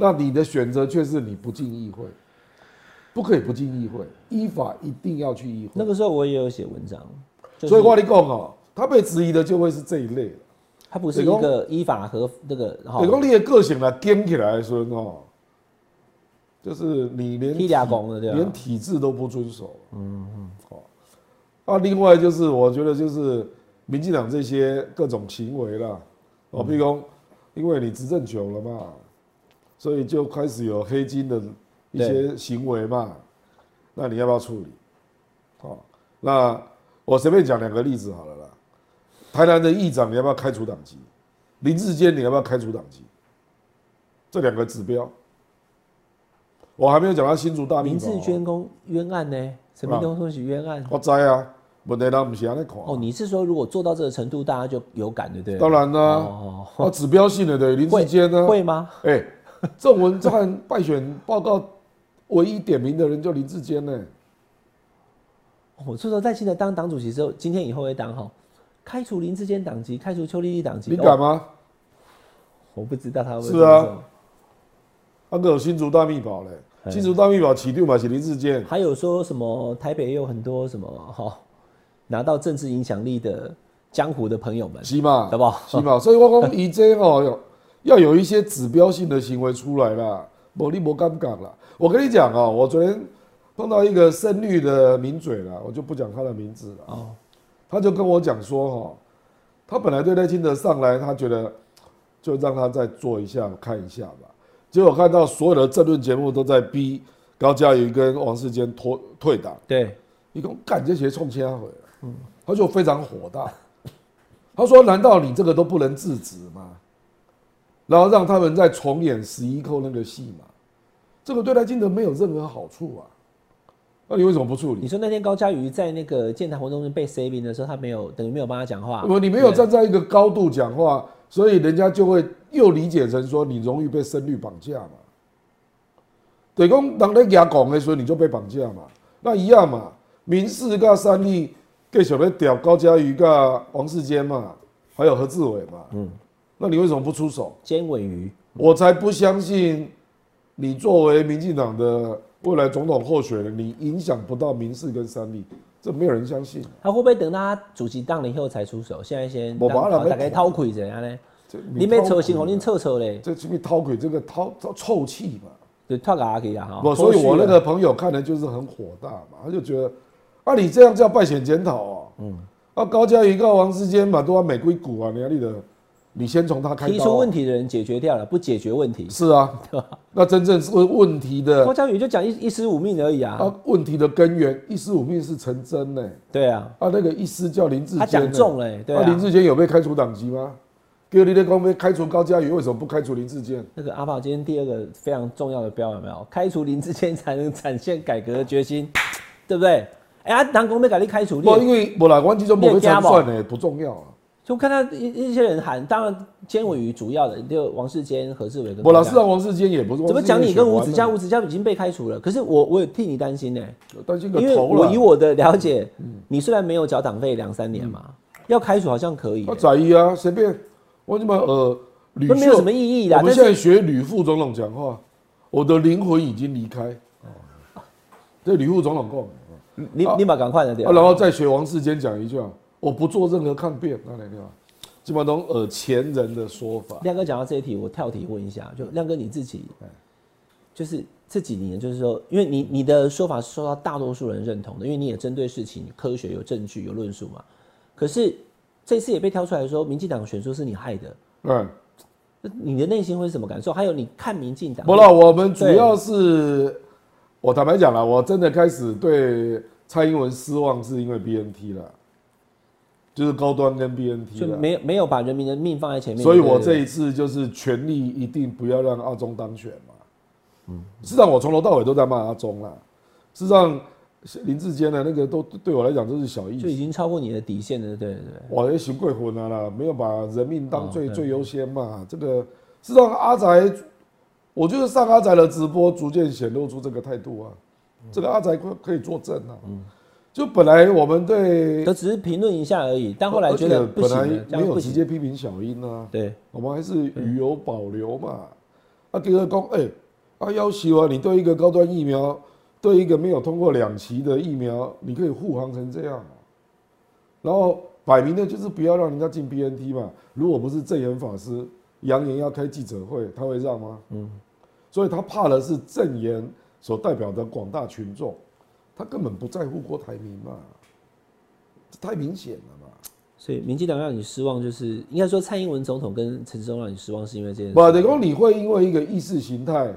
[SPEAKER 3] 那你的选择却是你不进议会，不可以不进议会，依法一定要去议会。
[SPEAKER 2] 那个时候我也有写文章，就是
[SPEAKER 3] 所以话你讲哦，他被质疑的就会是这一类了。
[SPEAKER 2] 他不是一个依法和那个哈
[SPEAKER 3] 等，讲你的个性来颠起来的时候哦，就是你连
[SPEAKER 2] 踢俩拱的对吧啊
[SPEAKER 3] 连体制都不遵守。嗯嗯，好。那另外就是，我觉得就是民进党这些各种行为啦，
[SPEAKER 2] 嗯
[SPEAKER 3] 哦，譬如说，因为你执政久了嘛，所以就开始有黑金的一些行为嘛，那你要不要处理？好、那我随便讲两个例子好了啦。台南的议长你要不要开除党籍？林志坚你要不要开除党籍？这两个指标，我还没有讲到新竹大
[SPEAKER 2] 林
[SPEAKER 3] 民法哦
[SPEAKER 2] 志娟公冤案呢，沈明东说是冤案。
[SPEAKER 3] 我知啊，问题人不是安尼看。
[SPEAKER 2] 哦，你是说如果做到这个程度，大家就有感，对不对？
[SPEAKER 3] 当然啦、
[SPEAKER 2] 哦
[SPEAKER 3] 啊，指标性的对林志
[SPEAKER 2] 会
[SPEAKER 3] 坚呢、
[SPEAKER 2] 会吗？
[SPEAKER 3] 哎、郑文灿败选报告唯一点名的人就林志坚呢、
[SPEAKER 2] 哦我说说在现在当党主席之后，今天以后会当哈，开除林志坚党籍，开除邱丽丽党籍，
[SPEAKER 3] 你敢
[SPEAKER 2] 哦？
[SPEAKER 3] 吗？
[SPEAKER 2] 我不知道他会
[SPEAKER 3] 是
[SPEAKER 2] 怎么
[SPEAKER 3] 啊
[SPEAKER 2] 做
[SPEAKER 3] 那个有新竹大秘宝嘞、
[SPEAKER 2] 哎
[SPEAKER 3] 新竹大秘宝起定嘛是林志坚，
[SPEAKER 2] 还有说什么台北也有很多什么哈、拿到政治影响力的江湖的朋友们，
[SPEAKER 3] 是啊嘛？
[SPEAKER 2] 好不好
[SPEAKER 3] 是嘛？所以我讲，以这哦，有要有一些指标性的行为出来啦，某力某尴尬啦。我跟你讲哦，我昨天碰到一个深绿的名嘴啦，我就不讲他的名字了。哦，他就跟我讲说哈、哦，他本来对赖清德上来，他觉得就让他再做一下看一下吧。结果看到所有的政论节目都在逼高嘉瑜跟王世坚脱退党。
[SPEAKER 2] 对，
[SPEAKER 3] 你跟我干这些冲千回了，嗯他就非常火大，他说：“难道你这个都不能制止吗？”然后让他们再重演十一扣那个戏嘛，这个对赖清德没有任何好处啊。那你为什么不处
[SPEAKER 2] 你
[SPEAKER 3] 理？
[SPEAKER 2] 说那天高嘉瑜在那个建谈活动中被 saving 的时候，他没有等于没有帮他讲话，
[SPEAKER 3] 我你没有站在一个高度讲话，所以人家就会又理解成说你容易被声律绑架嘛。对，讲人咧牙讲的时候你就被绑架嘛，那一样嘛。民事跟三立继续咧屌高嘉瑜跟王世坚嘛，还有何志伟嘛。嗯，那你为什么不出手？
[SPEAKER 2] 尖尾鱼，
[SPEAKER 3] 我才不相信你作为民进党的未来总统候选人，你影响不到民事跟三立，这没有人相信。
[SPEAKER 2] 他会不会等他主席当了以后才出手？现在先
[SPEAKER 3] 没办法
[SPEAKER 2] 让
[SPEAKER 3] 没
[SPEAKER 2] 大概
[SPEAKER 3] 空
[SPEAKER 2] 掏亏怎样呢？
[SPEAKER 3] 这
[SPEAKER 2] 你没抽
[SPEAKER 3] 啊
[SPEAKER 2] 心，我你臭臭嘞，
[SPEAKER 3] 这去掏鬼这个掏掏臭气嘛。
[SPEAKER 2] 就脱牙去啊哈。
[SPEAKER 3] 我所以，我
[SPEAKER 2] 脱序了
[SPEAKER 3] 那个朋友看的就是很火大嘛，他就觉得啊，你这样叫败选检讨哦。嗯，啊，高嘉瑜告王世坚嘛，都要美归股啊，你要立的，你先从他开刀、啊
[SPEAKER 2] 提出问题的人解决掉了，不解决问题，
[SPEAKER 3] 是 啊，那真正是问题
[SPEAKER 2] 高
[SPEAKER 3] 的
[SPEAKER 2] 嘉瑜就讲一一尸五命而已啊。
[SPEAKER 3] 呃啊，问题的根源一尸五命是成真呢、
[SPEAKER 2] 对啊，
[SPEAKER 3] 啊，那个医师叫林志坚、
[SPEAKER 2] 他讲中了欸对啊
[SPEAKER 3] 林志坚有被开除党籍吗？给你的光被开除高嘉瑜，为什么不开除林志坚？
[SPEAKER 2] 那个阿炮今天第二个非常重要的标有没有？开除林志坚才能展现改革的决心，对不对？哎、呀，南宫被改立开除，你
[SPEAKER 3] 不，哦因
[SPEAKER 2] 也
[SPEAKER 3] 为我来完全就没被参
[SPEAKER 2] 你也
[SPEAKER 3] 算呢，不重要啊。
[SPEAKER 2] 就看到一一些人喊，当然尖尾鱼主要的就王世坚、何志伟跟
[SPEAKER 3] 我老
[SPEAKER 2] 高
[SPEAKER 3] 是
[SPEAKER 2] 嘉瑜
[SPEAKER 3] 让王世坚也不啊是。
[SPEAKER 2] 怎么讲？你跟吴子嘉，
[SPEAKER 3] 嘉，
[SPEAKER 2] 吴子嘉已经被开除了，可是我我也替你担心呢、
[SPEAKER 3] 担心个
[SPEAKER 2] 因为
[SPEAKER 3] 头
[SPEAKER 2] 我
[SPEAKER 3] 了嗯
[SPEAKER 2] 以。我的了解，你虽然没有缴党费两三年嘛，要开除好像可以、欸
[SPEAKER 3] 那在意啊，随便。我怎么呃，吕
[SPEAKER 2] 那没有
[SPEAKER 3] 秀
[SPEAKER 2] 什么意义啦
[SPEAKER 3] 我们
[SPEAKER 2] 啊但是
[SPEAKER 3] 现在学吕副总统讲话，我的灵魂已经离开。这吕副总统讲的。
[SPEAKER 2] 你你你把赶快的对吧
[SPEAKER 3] 啊，然后再学王世坚讲一句啊，我不做任何抗辩，那哪句啊？基本上都耳前人的说法。
[SPEAKER 2] 亮哥讲到这一题，我跳题问一下，就亮哥你自己，
[SPEAKER 3] 嗯
[SPEAKER 2] 就是这几年，就是说，因为你你的说法是受到大多数人认同的，因为你也针对事情科学有证据有论述嘛。可是这次也被挑出来说，民进党选书是你害的，
[SPEAKER 3] 嗯，
[SPEAKER 2] 那你的内心会是什么感受？还有你看民进党，
[SPEAKER 3] 不了，我们主要是，我坦白讲了，我真的开始对蔡英文失望是因为 BNT 啦，就是高端跟 BNT
[SPEAKER 2] 就
[SPEAKER 3] 啦。
[SPEAKER 2] 没有没有把人民的命放在前面。
[SPEAKER 3] 所以我
[SPEAKER 2] 对
[SPEAKER 3] 这一次就是全力一定不要让阿中当选嘛。嗯，事实上我从头到尾都在骂阿中啦。事实上，林志坚的那个都对我来讲都是小意
[SPEAKER 2] 就已
[SPEAKER 3] 思。
[SPEAKER 2] 经超过你的底线了，对对对。
[SPEAKER 3] 我也行贵魂了啦，没有把人命当最、
[SPEAKER 2] 哦对
[SPEAKER 3] 最优先嘛。这个事实上阿宅，我就是上阿宅的直播，逐渐显露出这个态度啊。
[SPEAKER 2] 嗯
[SPEAKER 3] 这个阿宅可可以作证啊。就本来我们对，
[SPEAKER 2] 都嗯只是评论一下而已，但后来觉得
[SPEAKER 3] 而且
[SPEAKER 2] 不行
[SPEAKER 3] 本
[SPEAKER 2] 了
[SPEAKER 3] 来，
[SPEAKER 2] 这
[SPEAKER 3] 没
[SPEAKER 2] 样不
[SPEAKER 3] 有直
[SPEAKER 2] 行。
[SPEAKER 3] 接批评小英啊。
[SPEAKER 2] 对，
[SPEAKER 3] 我们还是予有保留嘛。啊，第二讲，哎、啊，要求啊，你对一个高端疫苗，对一个没有通过两期的疫苗，你可以护航成这样啊、然后摆明的就是不要让人家进 BNT 嘛。如果不是正言法师扬言要开记者会，他会让吗？嗯，所以他怕的是正言所代表的广大群众，他根本不在乎郭台铭嘛，这太明显了嘛。
[SPEAKER 2] 所以民进党让你失望，就是应该说蔡英文总统跟陈时中让你失望，是因为这件事。
[SPEAKER 3] 不，等于说你会因为一个意识形态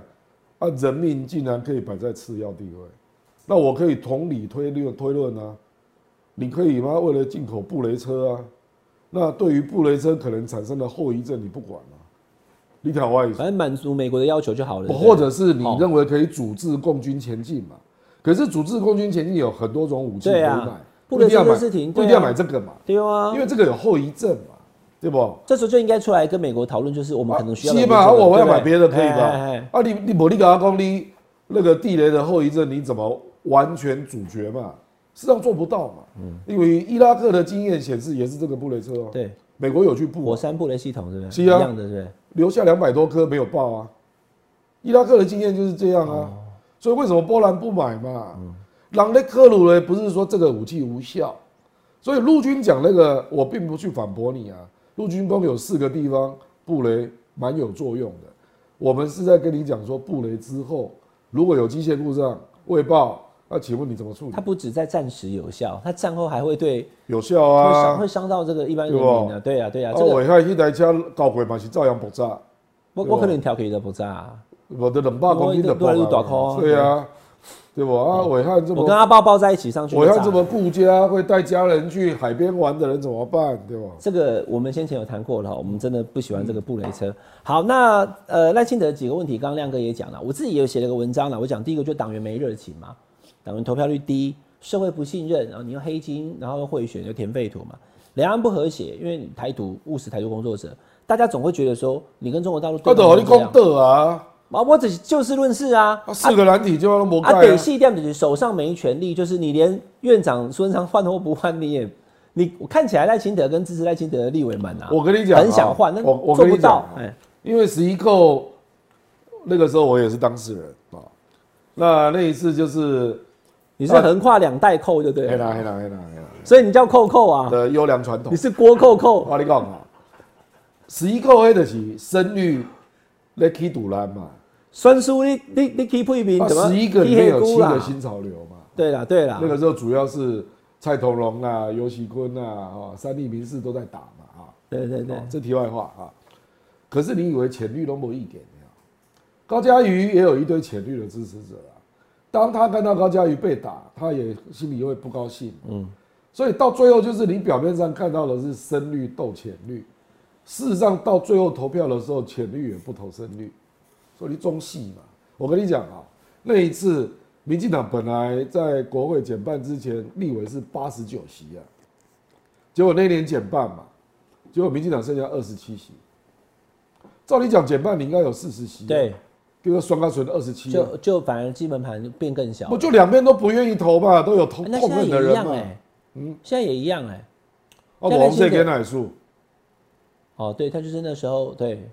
[SPEAKER 3] 啊，人命竟然可以摆在次要地位，那我可以同理推论推论啊，你可以吗？为了进口布雷车啊，那对于布雷车可能产生的后遗症你不管啊，你挑外
[SPEAKER 2] 反正满足美国的要求就好了。对
[SPEAKER 3] 或者是你
[SPEAKER 2] 哦
[SPEAKER 3] 认为可以阻止共军前进嘛？可是阻止共军前进有很多种武器可以
[SPEAKER 2] 对啊
[SPEAKER 3] 买，
[SPEAKER 2] 布
[SPEAKER 3] 不
[SPEAKER 2] 雷
[SPEAKER 3] 一定要
[SPEAKER 2] 车
[SPEAKER 3] 买，
[SPEAKER 2] 的事情
[SPEAKER 3] 不
[SPEAKER 2] 对
[SPEAKER 3] 一
[SPEAKER 2] 啊
[SPEAKER 3] 定要买这个嘛，
[SPEAKER 2] 对啊
[SPEAKER 3] 因，为这个有后遗症嘛，对不？
[SPEAKER 2] 这时候就应该出来跟美国讨论，就是我们可能需要的
[SPEAKER 3] 起
[SPEAKER 2] 部分。
[SPEAKER 3] 码我
[SPEAKER 2] 对
[SPEAKER 3] 要
[SPEAKER 2] 不对
[SPEAKER 3] 买别的可以
[SPEAKER 2] 哎哎
[SPEAKER 3] 吧
[SPEAKER 2] 哎？
[SPEAKER 3] 啊，你你某你跟他讲你那个地雷的后遗症你怎么完全阻绝嘛？事实上做不到嘛。因为伊拉克的经验显示也是这个布雷车哦，
[SPEAKER 2] 对，
[SPEAKER 3] 美国有去布
[SPEAKER 2] 火
[SPEAKER 3] 啊，
[SPEAKER 2] 山布雷系统对不对？
[SPEAKER 3] 是
[SPEAKER 2] 一
[SPEAKER 3] 啊
[SPEAKER 2] 样的对不对。
[SPEAKER 3] 留下两百多颗没有爆啊。伊拉克的经验就是这样啊，所以为什么波兰不买嘛？朗内克鲁呢，不是说这个武器无效，所以陆军讲那个我并不去反驳你啊。陆军工有四个地方布雷蛮有作用的，我们是在跟你讲说布雷之后如果有机械故障未爆，那请问你怎么处理
[SPEAKER 2] 它？不止在战时有效，它战后还会对
[SPEAKER 3] 有效
[SPEAKER 2] 会伤
[SPEAKER 3] 啊
[SPEAKER 2] 会，伤到这个一般人
[SPEAKER 3] 对不
[SPEAKER 2] 民的。对啊，对啊，
[SPEAKER 3] 啊，
[SPEAKER 2] 这个
[SPEAKER 3] 我看一台车搞鬼嘛是照样爆炸。
[SPEAKER 2] 我
[SPEAKER 3] 对哦
[SPEAKER 2] 我可能调皮的不啊炸。
[SPEAKER 3] 我的冷霸公斤的爆
[SPEAKER 2] 我一路大
[SPEAKER 3] 了
[SPEAKER 2] 哭
[SPEAKER 3] 嘛，
[SPEAKER 2] 啊
[SPEAKER 3] 对啊，对不啊？伟汉这
[SPEAKER 2] 我跟
[SPEAKER 3] 么
[SPEAKER 2] 阿豹抱在一起上去就啊
[SPEAKER 3] 伟
[SPEAKER 2] 炸了。
[SPEAKER 3] 汉这么顾家，会带家人去海边玩的人怎么办？对吧？
[SPEAKER 2] 这个我们先前有谈过了哈，我们真的不喜欢这个布雷
[SPEAKER 3] 嗯
[SPEAKER 2] 车。好，那呃赖清德几个问题，刚刚亮哥也讲了，我自己也有写了个文章了。我讲第一个就党员没热情嘛，党员投票率低，社会不信任，然后你又黑金，然后又贿选，又填废土嘛，两岸不和谐，因为你台独务实台独工作者，大家总会觉得说你跟中国大陆
[SPEAKER 3] 他
[SPEAKER 2] 对
[SPEAKER 3] 都
[SPEAKER 2] 抗成
[SPEAKER 3] 和啊你
[SPEAKER 2] 这样
[SPEAKER 3] 讲德啊，
[SPEAKER 2] 啊，我只是就事论事啊。
[SPEAKER 3] 啊四个难题就要魔
[SPEAKER 2] 啊，
[SPEAKER 3] 盖
[SPEAKER 2] 北
[SPEAKER 3] 啊，
[SPEAKER 2] 系店就是手上没权力，就是你连院长孙昌换或不换，你也你我看起来赖清德跟支持赖清德的立委们啊，
[SPEAKER 3] 我跟你讲啊
[SPEAKER 2] 很想换，但
[SPEAKER 3] 我我
[SPEAKER 2] 做
[SPEAKER 3] 跟
[SPEAKER 2] 不
[SPEAKER 3] 你
[SPEAKER 2] 到
[SPEAKER 3] 讲，
[SPEAKER 2] 哎，
[SPEAKER 3] 因为十一扣那个时候我也是当事人啊，那那一次就是
[SPEAKER 2] 你是横跨两代扣，对不
[SPEAKER 3] 黑
[SPEAKER 2] 对？
[SPEAKER 3] 啦黑啦黑啦黑啦
[SPEAKER 2] 所以你叫扣扣 啊，
[SPEAKER 3] 的优良传统
[SPEAKER 2] 你。是郭扣扣，
[SPEAKER 3] 我跟你讲啊，十一扣黑的是声率来起堵拦嘛，
[SPEAKER 2] 酸叔你你你 keep 一名
[SPEAKER 3] 那
[SPEAKER 2] 怎么？
[SPEAKER 3] 啊十一个里面有七
[SPEAKER 2] 啊
[SPEAKER 3] 个新潮流嘛。
[SPEAKER 2] 对啦对啦
[SPEAKER 3] 那，个时候主要是蔡同荣啊、尤喜坤啊、哦、三立民视都在打嘛啊、
[SPEAKER 2] 对对对
[SPEAKER 3] 哦，这题外话啊。可是你以为浅绿都没一点没有？高嘉瑜也有一堆浅绿的支持者啊。当他看到高嘉瑜被打，他也心里会不高兴。嗯，所以到最后就是你表面上看到的是深绿斗浅绿，事实上到最后投票的时候，浅绿也不投深绿，所以你中戏嘛。我跟你讲啊，那一次民进党本来在国会减半之前，立委是八十九席啊，结果那年减半嘛，结果民进党剩下二十七席。照理讲减半你应该有四十席、啊，
[SPEAKER 2] 对，
[SPEAKER 3] 结果双高纯二十七，啊
[SPEAKER 2] 就就反而基本盘变更小哎
[SPEAKER 3] 不，就两边都不愿意投嘛，都有痛
[SPEAKER 2] 那现
[SPEAKER 3] 痛
[SPEAKER 2] 在
[SPEAKER 3] 恨的
[SPEAKER 2] 也一
[SPEAKER 3] 人
[SPEAKER 2] 样
[SPEAKER 3] 嘛。
[SPEAKER 2] 哎，嗯，现在也一样哎，
[SPEAKER 3] 哦，
[SPEAKER 2] 现在
[SPEAKER 3] 我们
[SPEAKER 2] 现在
[SPEAKER 3] 这给奶树，
[SPEAKER 2] 哦，对，他就是那时候对，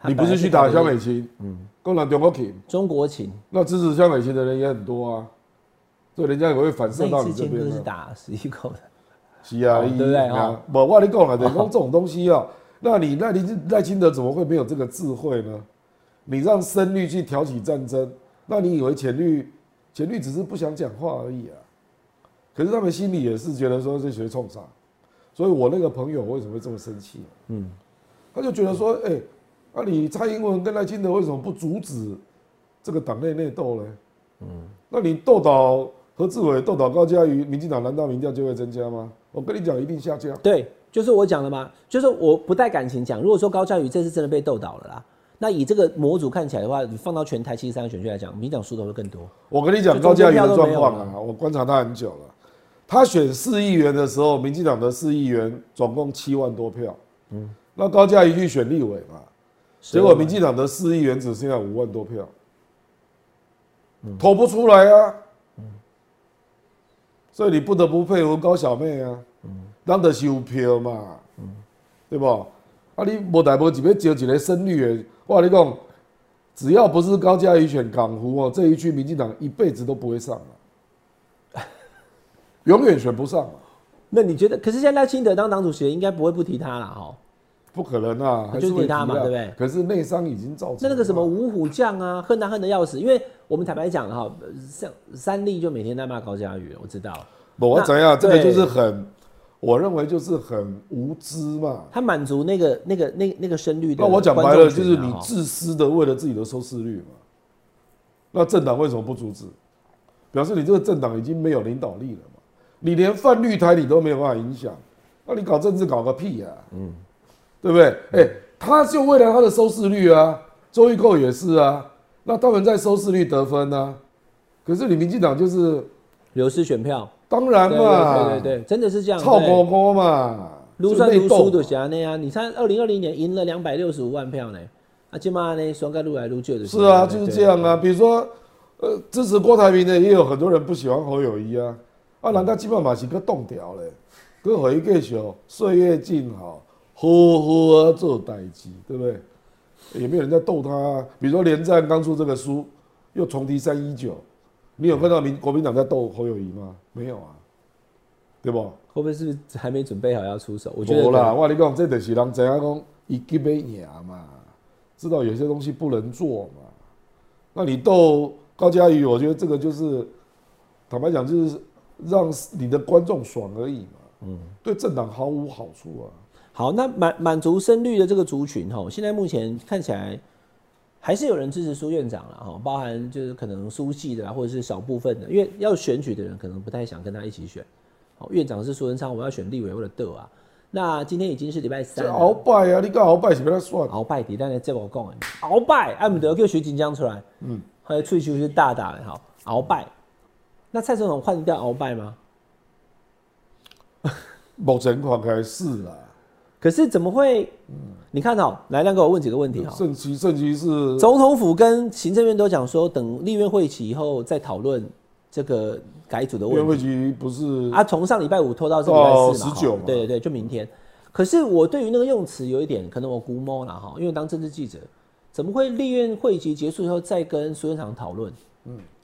[SPEAKER 2] 他
[SPEAKER 3] 你不
[SPEAKER 2] 本来
[SPEAKER 3] 是去打
[SPEAKER 2] 台
[SPEAKER 3] 萧
[SPEAKER 2] 独
[SPEAKER 3] 美琴，嗯，共产中国琴，
[SPEAKER 2] 中国情？
[SPEAKER 3] 那支持萧美琴的人也很多啊，所以人家也会反射
[SPEAKER 2] 那
[SPEAKER 3] 到
[SPEAKER 2] 一
[SPEAKER 3] 你
[SPEAKER 2] 次
[SPEAKER 3] 这
[SPEAKER 2] 间
[SPEAKER 3] 边
[SPEAKER 2] 隔是
[SPEAKER 3] 啊。
[SPEAKER 2] 打十一口的，
[SPEAKER 3] 是啊，
[SPEAKER 2] 哦对不对
[SPEAKER 3] 啊
[SPEAKER 2] 哦？
[SPEAKER 3] 不，我跟你讲啊，等于说这种东西啊，那你那你赖清德怎么会没有这个智慧呢？你让深绿去挑起战争，那你以为浅绿浅绿只是不想讲话而已啊？可是他们心里也是觉得说这学冲啥，所以我那个朋友为什么会这么生气？嗯，他就觉得说，哎、那、你蔡英文跟赖清德为什么不阻止这个党内内斗呢？嗯，那你斗倒何志伟斗倒高嘉瑜，民进党难道民调就会增加吗？我跟你讲，一定下降。
[SPEAKER 2] 对，就是我讲的嘛，就是我不带感情讲。如果说高嘉瑜这次真的被斗倒了啦，那以这个模组看起来的话，你放到全台七十三个选区来讲，民进党输的会更多。
[SPEAKER 3] 我跟你讲
[SPEAKER 2] 就
[SPEAKER 3] 高嘉瑜的
[SPEAKER 2] 中间票都
[SPEAKER 3] 状
[SPEAKER 2] 没有
[SPEAKER 3] 况啊，我观察他很久了。他选市议员的时候，民进党的市议员总共七万多票，嗯，那高嘉瑜去选立委嘛，结果民进党的市议员只剩下五万多票，投不出来啊，所以你不得不佩服高小妹啊，咱得是有票嘛，对不？啊，你无代无志要招一个深绿的，我跟你讲，只要不是高嘉瑜选港湖哦，这一区民进党一辈子都不会上了，永远选不上啊了，
[SPEAKER 2] 那你觉得？可是现在赖清德当党主席，应该不会不提他啦，哈。
[SPEAKER 3] 不可能啊，还
[SPEAKER 2] 就是是
[SPEAKER 3] 会
[SPEAKER 2] 给他嘛
[SPEAKER 3] 提啊
[SPEAKER 2] 对不对
[SPEAKER 3] 可是内伤已经造成了，
[SPEAKER 2] 那那个什么五虎将啊，恨他恨的要死，因为我们坦白讲了哈，呃像三立就每天在骂高嘉瑜，我知道
[SPEAKER 3] 不，我
[SPEAKER 2] 那
[SPEAKER 3] 怎样？这个
[SPEAKER 2] 对
[SPEAKER 3] 就是很，我认为就是很无知嘛。
[SPEAKER 2] 他满足那个那个那个那个声律的
[SPEAKER 3] 那我
[SPEAKER 2] 观众
[SPEAKER 3] 讲
[SPEAKER 2] 群啊。
[SPEAKER 3] 白了，就是你
[SPEAKER 2] 哈
[SPEAKER 3] 自私的为了自己的收视率嘛。那政党为什么不阻止？表示你这个政党已经没有领导力了嘛。你连泛绿台你都没有办法影响，那你搞政治搞个屁呀、嗯，对不对？
[SPEAKER 2] 嗯
[SPEAKER 3] 哎、他就为了他的收视率啊，周玉蔻也是啊。那他们在收视率得分啊，可是你民进党就是
[SPEAKER 2] 流失选票，
[SPEAKER 3] 当然
[SPEAKER 2] 对
[SPEAKER 3] 嘛，
[SPEAKER 2] 对对对，真的是这样。
[SPEAKER 3] 操
[SPEAKER 2] 对
[SPEAKER 3] 锅锅嘛，
[SPEAKER 2] 撸
[SPEAKER 3] 就
[SPEAKER 2] 算
[SPEAKER 3] 内
[SPEAKER 2] 撸
[SPEAKER 3] 斗
[SPEAKER 2] 输
[SPEAKER 3] 嘛
[SPEAKER 2] 的侠那啊！你看二零二零年赢了两百六十五万票呢，啊，今嘛呢双盖撸来撸去的。
[SPEAKER 3] 是啊，就是这样啊。比如说，呃，支持郭台铭的也有很多人不喜欢侯友谊啊，啊，人家基本嘛是个冻掉嘞，跟回继续岁月静好，好好啊做代志，对不对？也没有人在逗他、啊。比如说连战刚出这个书，又重提三一九，你有看到民国民党在逗侯友谊吗？没有啊，对不？
[SPEAKER 2] 会不会是还没准备好要出手？我觉得
[SPEAKER 3] 无啦，我跟你讲，这就是人知影讲，伊急要赢嘛，知道有些东西不能做嘛。那你斗高佳瑜，我觉得这个就是，坦白讲，就是让你的观众爽而已嘛。嗯，对政党毫无好处啊。
[SPEAKER 2] 好，那满满足深绿的这个族群吼，现在目前看起来还是有人支持苏院长了哈，包含就是可能苏系的啦，啊或者是少部分的，因为要选举的人可能不太想跟他一起选。哦，院长是苏贞昌，我要选立委，我的斗啊。那今天已经是礼拜三
[SPEAKER 3] 这
[SPEAKER 2] 了，
[SPEAKER 3] 鳌拜啊，你讲鳌拜是要算，
[SPEAKER 2] 鳌拜底，但是这我讲的，鳌拜，啊，毋得叫徐锦江出来，嗯，还有翠秋是大大的吼，鳌拜，那蔡总统换掉鳌拜吗？
[SPEAKER 3] 目前看起来是啦。
[SPEAKER 2] 可是怎么会？你看哦，来亮哥，我问几个问题哈。
[SPEAKER 3] 圣旗圣旗是
[SPEAKER 2] 总统府跟行政院都讲说，等立院会期以后再讨论这个改组的
[SPEAKER 3] 院
[SPEAKER 2] 问
[SPEAKER 3] 会
[SPEAKER 2] 题。
[SPEAKER 3] 局不是
[SPEAKER 2] 啊，从上礼拜五拖到这礼拜四
[SPEAKER 3] 到
[SPEAKER 2] 嘛，
[SPEAKER 3] 19
[SPEAKER 2] 哈
[SPEAKER 3] 哦嘛
[SPEAKER 2] 对对对，就明天。可是我对于那个用词有一点，可能我估摸了哈，因为当政治记者，怎么会立院会期结束以后再跟苏院长讨论？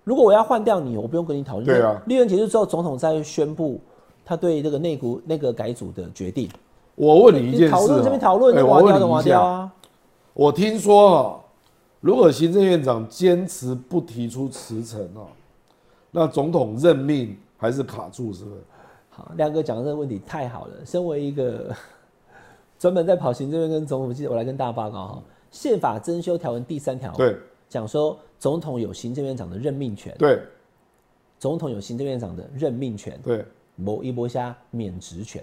[SPEAKER 2] 如果我要换掉你，我不用跟你讨论。
[SPEAKER 3] 对啊
[SPEAKER 2] 立院结束之后，总统再宣布他对这个内股那个改组的决定。
[SPEAKER 3] 我问你一件事、
[SPEAKER 2] 讨论这边讨论，
[SPEAKER 3] 哎
[SPEAKER 2] 那
[SPEAKER 3] 我
[SPEAKER 2] 挖
[SPEAKER 3] 问
[SPEAKER 2] 掉
[SPEAKER 3] 你
[SPEAKER 2] 的
[SPEAKER 3] 一
[SPEAKER 2] 挖
[SPEAKER 3] 下
[SPEAKER 2] 掉啊。
[SPEAKER 3] 我听说哦，如果行政院长坚持不提出辞呈哦，那总统任命还是卡住，是不是？
[SPEAKER 2] 好，亮哥讲的这个问题太好了。身为一个 专门在跑行政院跟总统府记者，我来跟大家报告哈。宪法增修条文第三条
[SPEAKER 3] 对
[SPEAKER 2] 讲说，总统有行政院长的任命权，
[SPEAKER 3] 对
[SPEAKER 2] 总统有行政院长的任命权，
[SPEAKER 3] 对
[SPEAKER 2] 某一波下免职权。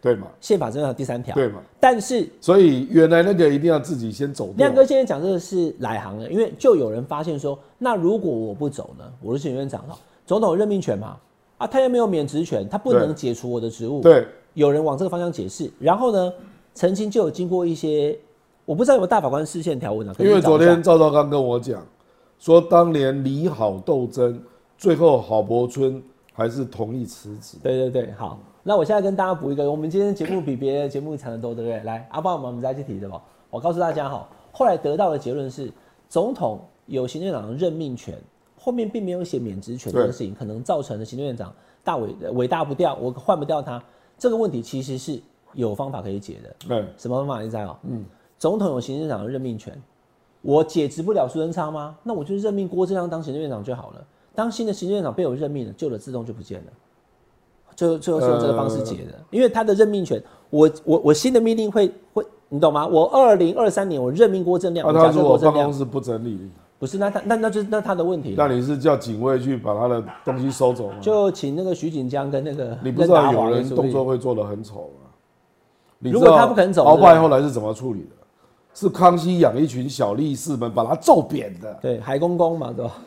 [SPEAKER 3] 对嘛，
[SPEAKER 2] 宪法增修条第三条，
[SPEAKER 3] 对嘛。
[SPEAKER 2] 但是
[SPEAKER 3] 所以原来那个一定要自己先走掉
[SPEAKER 2] 亮。哥现在讲这个是来行了，因为就有人发现说，那如果我不走呢？我是行政院长了，哦总统有任命权嘛，啊，他又没有免职权，他不
[SPEAKER 3] 对
[SPEAKER 2] 能解除我的职务。
[SPEAKER 3] 对，
[SPEAKER 2] 有人往这个方向解释。然后呢，曾经就有经过一些，我不知道有没有大法官视线条文啊，可以
[SPEAKER 3] 因为
[SPEAKER 2] 找
[SPEAKER 3] 昨
[SPEAKER 2] 一下
[SPEAKER 3] 天赵少刚跟我讲，说当年理好斗争，最后郝柏村还是同意辞职。
[SPEAKER 2] 对对对，好，那我现在跟大家补一个，我们今天节目比别的节目长得多，对不对？来，阿爸，我们再去提的吧。我告诉大家哈，后来得到的结论是，总统有行政院长的任命权，后面并没有写免职权这
[SPEAKER 3] 对
[SPEAKER 2] 件事情，可能造成了行政院长大伟伟大不掉，我换不掉他这个问题，其实是有方法可以解的。
[SPEAKER 3] 对，
[SPEAKER 2] 什么方法你知道吗？嗯，总统有行政长的任命权，我解职不了苏贞昌吗？那我就任命郭正亮当行政院长就好了。当新的行政院长被我任命了，旧的自动就不见了。最后最后是用这个方式解的，
[SPEAKER 3] 呃
[SPEAKER 2] 因为他的任命权，我我我新的命令会会，你懂吗？我二零二三年我任命郭正亮，
[SPEAKER 3] 那、
[SPEAKER 2] 我
[SPEAKER 3] 啊他
[SPEAKER 2] 假设
[SPEAKER 3] 如
[SPEAKER 2] 郭
[SPEAKER 3] 果
[SPEAKER 2] 正
[SPEAKER 3] 办
[SPEAKER 2] 亮
[SPEAKER 3] 公室不整理，
[SPEAKER 2] 不不是，那他那那就是那他的问题了
[SPEAKER 3] 那你是叫警卫去把他的东西收走吗？
[SPEAKER 2] 就请那个徐锦江跟那个
[SPEAKER 3] 你不
[SPEAKER 2] 任
[SPEAKER 3] 知道
[SPEAKER 2] 达华来
[SPEAKER 3] 有人
[SPEAKER 2] 处理
[SPEAKER 3] 动作会做的很丑吗？你
[SPEAKER 2] 如果他不肯走
[SPEAKER 3] 鳌
[SPEAKER 2] 对不
[SPEAKER 3] 拜
[SPEAKER 2] 对
[SPEAKER 3] 后来是怎么处理的？是康熙养一群小力士们把他揍扁的。
[SPEAKER 2] 对海公公嘛，对吧？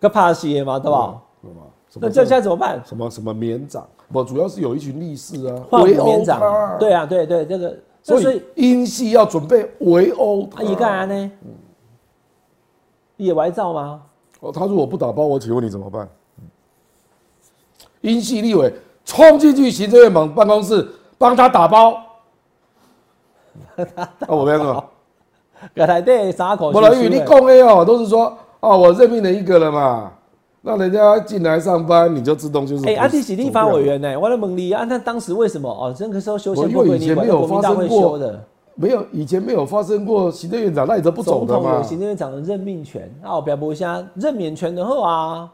[SPEAKER 2] 个怕些嘛，对吧？
[SPEAKER 3] 什么？什么
[SPEAKER 2] 那这现在怎么办？
[SPEAKER 3] 什么什么绵掌？不，主要是有一群力士啊，
[SPEAKER 2] 画
[SPEAKER 3] 围
[SPEAKER 2] 虎
[SPEAKER 3] 殴
[SPEAKER 2] 绵掌
[SPEAKER 3] 他，，
[SPEAKER 2] 对啊，对对，这个那
[SPEAKER 3] 所以英系要准备围殴
[SPEAKER 2] 啊，
[SPEAKER 3] 他。
[SPEAKER 2] 一个人呢，
[SPEAKER 3] 嗯
[SPEAKER 2] 野外照吗？
[SPEAKER 3] 哦，他如果不打包，我请问你怎么办？英系立委冲进去行政院办办公室帮他打包，啊，我没有弄。
[SPEAKER 2] 个台对啥口？
[SPEAKER 3] 不
[SPEAKER 2] 了
[SPEAKER 3] 然，因为你讲的哦，都是说哦，我任命了一个了嘛，那人家进来上班，你就自动就是
[SPEAKER 2] 哎，阿
[SPEAKER 3] 不
[SPEAKER 2] 弟是立法
[SPEAKER 3] 不
[SPEAKER 2] 委
[SPEAKER 3] 要
[SPEAKER 2] 员呢，我来问你啊，那当时为什么哦？那个时候修
[SPEAKER 3] 我
[SPEAKER 2] 宪
[SPEAKER 3] 因
[SPEAKER 2] 不
[SPEAKER 3] 为
[SPEAKER 2] 归
[SPEAKER 3] 以
[SPEAKER 2] 你
[SPEAKER 3] 前
[SPEAKER 2] 管，
[SPEAKER 3] 没有
[SPEAKER 2] 国民
[SPEAKER 3] 发
[SPEAKER 2] 大
[SPEAKER 3] 生
[SPEAKER 2] 会
[SPEAKER 3] 过
[SPEAKER 2] 修的。
[SPEAKER 3] 没有以前没有发生过行政院长赖着不走
[SPEAKER 2] 总
[SPEAKER 3] 的
[SPEAKER 2] 统
[SPEAKER 3] 嘛
[SPEAKER 2] 有，行政院长的任命权，啊，表无啥任免权的好啊，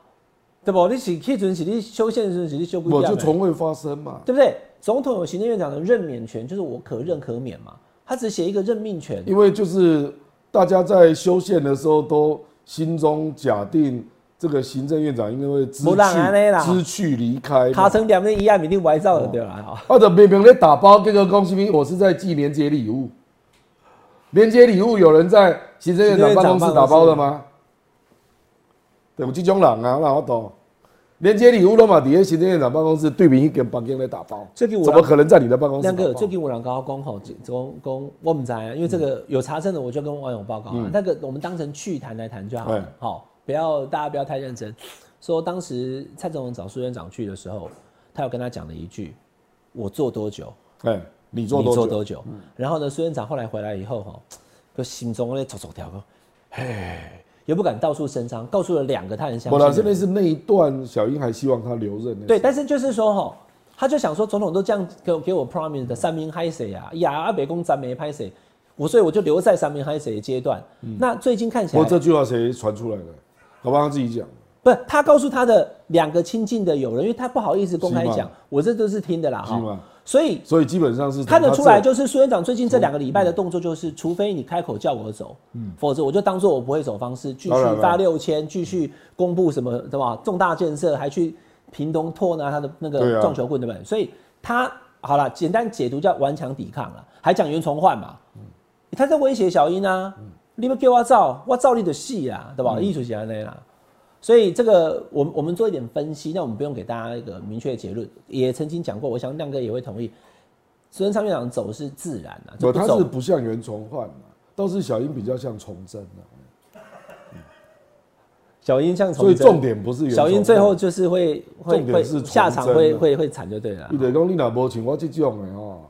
[SPEAKER 2] 对不？你是迄阵是你修宪的时候是你修
[SPEAKER 3] 我
[SPEAKER 2] 规
[SPEAKER 3] 就
[SPEAKER 2] 定的，
[SPEAKER 3] 从未发生嘛。
[SPEAKER 2] 对不对？总统有行政院长的任免权，就是我可任可免嘛。他只写一个任命权，
[SPEAKER 3] 因为就是大家在修宪的时候都心中假定这个行政院长应该会知
[SPEAKER 2] 不让安尼啦
[SPEAKER 3] 趣知趣离开嘛，
[SPEAKER 2] 卡成两面一案，一定歪照的对吧？哈
[SPEAKER 3] 或者明明在打包这个公司兵，我是在寄连接礼物。连接礼物有人在行政院长办公室打包的吗？对，有这种人啊，那我懂。连接礼物都嘛，底下行政院长办公室对面一根房间在打包，
[SPEAKER 2] 这
[SPEAKER 3] 怎
[SPEAKER 2] 个有人
[SPEAKER 3] 么可能在你的办公室
[SPEAKER 2] 那
[SPEAKER 3] 打包？
[SPEAKER 2] 个最近我两高公吼，公公我们在，因为这个有查证的，我就跟网友报告、啊。那个我们当成趣谈来谈就好了
[SPEAKER 3] 哎，
[SPEAKER 2] 好、不要大家不要太认真。说当时蔡总统找苏院长去的时候，他有跟他讲了一句：“我做多久，
[SPEAKER 3] 哎，你做
[SPEAKER 2] 你
[SPEAKER 3] 多
[SPEAKER 2] 做
[SPEAKER 3] 久？
[SPEAKER 2] 多
[SPEAKER 3] 嗯
[SPEAKER 2] 久。然后呢，苏院长后来回来以后哈，就心中咧走走跳跳，嘿，也不敢到处声张，告诉了两个他很相
[SPEAKER 3] 我
[SPEAKER 2] 信的
[SPEAKER 3] 啦，
[SPEAKER 2] 人。
[SPEAKER 3] 真的是那一段，小英还希望他留任呢。
[SPEAKER 2] 对，但是就是说哈，他就想说总统都这样给我给我 promise 的三明嗨谁啊，呀阿北公咱没拍谁，我所以我就留在三明嗨谁的阶段。那最近看起
[SPEAKER 3] 不
[SPEAKER 2] 来
[SPEAKER 3] 过，嗯这句话谁传出来的？好吧，他自己讲。
[SPEAKER 2] 不是他告诉他的两个亲近的友人，因为他不好意思公开
[SPEAKER 3] 是吗
[SPEAKER 2] 讲，我这都是听的啦
[SPEAKER 3] 是吗
[SPEAKER 2] 哈。所以
[SPEAKER 3] 所以基本上是
[SPEAKER 2] 看得
[SPEAKER 3] 他
[SPEAKER 2] 出来，
[SPEAKER 3] 这嗯
[SPEAKER 2] 就是苏院长最近这两个礼拜的动作，就是除非你开口叫我走，否则我就当做我不会走方式，继
[SPEAKER 3] 当然
[SPEAKER 2] 续
[SPEAKER 3] 了嗯
[SPEAKER 2] 发六千，继续公布什么对吧？重大建设，还去屏东拓拿他的那
[SPEAKER 3] 对啊
[SPEAKER 2] 个撞球棍，对不对？所以他好了，简单解读叫顽强抵抗了，还讲袁崇焕嘛，
[SPEAKER 3] 嗯
[SPEAKER 2] 他在威胁小英啊，你们给我照，我照你的戏啊，对
[SPEAKER 3] 嗯
[SPEAKER 2] 吧？艺术家那啦。所以这个，我们我们做一点分析，但我们不用给大家一个明确的结论。也曾经讲过，我想亮哥也会同意，苏贞昌院长走是自然啊，
[SPEAKER 3] 不，
[SPEAKER 2] 就
[SPEAKER 3] 他
[SPEAKER 2] 走
[SPEAKER 3] 是不像袁崇焕啊，倒是小英比较像崇祯啊。
[SPEAKER 2] 小英像从
[SPEAKER 3] 所以重点不是袁崇
[SPEAKER 2] 小
[SPEAKER 3] 焕
[SPEAKER 2] 英最后就是会会
[SPEAKER 3] 重点是
[SPEAKER 2] 会
[SPEAKER 3] 崇祯
[SPEAKER 2] 下场
[SPEAKER 3] 啊
[SPEAKER 2] 会会会惨就对了啊
[SPEAKER 3] 你。得讲你哪波请我去种的哦，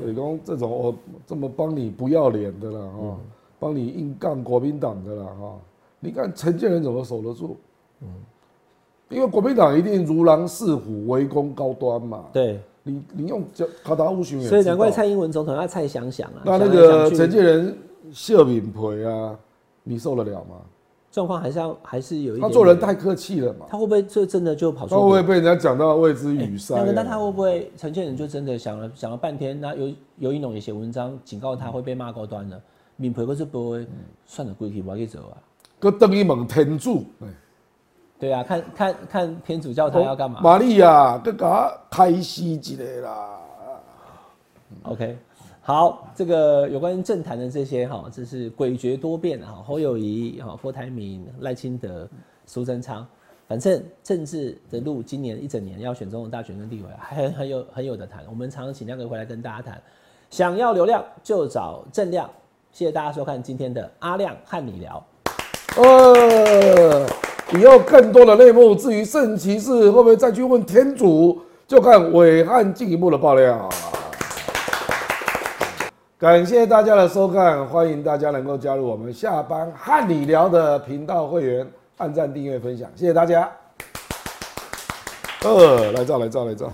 [SPEAKER 3] 得讲这种我这么帮你不要脸的啦哈，
[SPEAKER 2] 嗯
[SPEAKER 3] 帮你硬干国民党的啦哈，你看陈建仁怎么守得住？嗯，因为国民党一定如狼似虎，围攻高端嘛。
[SPEAKER 2] 对，
[SPEAKER 3] 你你用脚卡达乌巡也
[SPEAKER 2] 所以
[SPEAKER 3] 知道
[SPEAKER 2] 难怪蔡英文总统要蔡想想啊。
[SPEAKER 3] 那那
[SPEAKER 2] 想来
[SPEAKER 3] 个
[SPEAKER 2] 想去
[SPEAKER 3] 陈建仁谢敏培啊，你受得了吗？
[SPEAKER 2] 状况还是要还是有一点
[SPEAKER 3] 他
[SPEAKER 2] 点
[SPEAKER 3] 做人太客气了嘛，
[SPEAKER 2] 他会不会就真的就跑出
[SPEAKER 3] 他会不会被人家讲到未知语塞啊？
[SPEAKER 2] 哎那个，但他会不会陈建仁就真的想了想了半天？那尤尤一农也写文章警告他会被骂高端的，敏培可是不
[SPEAKER 3] 嗯
[SPEAKER 2] 会，算了，规矩我要去走啊。
[SPEAKER 3] 跟邓一猛天主，哎
[SPEAKER 2] 对啊，看看看天主教他要干嘛、
[SPEAKER 3] 玛丽亚，佮佮开始一个啦。
[SPEAKER 2] o k 好，这个有关政坛的这些哈，这是诡谲多变的哈，侯友谊哈、郭台铭、赖清德、苏贞昌，反正政治的路今年一整年要选总统大选跟立委，还很很有很有的谈。我们常常请亮哥回来跟大家谈，想要流量就找正亮。谢谢大家收看今天的阿亮和你聊。
[SPEAKER 3] 呃，以后更多的内幕，至于圣骑士会不会再去问天主，就看伟汉进一步的爆料。感谢大家的收看，欢迎大家能够加入我们下班和你聊的频道会员，按赞、订阅、分享，谢谢大家。呃，来照，来照，来照。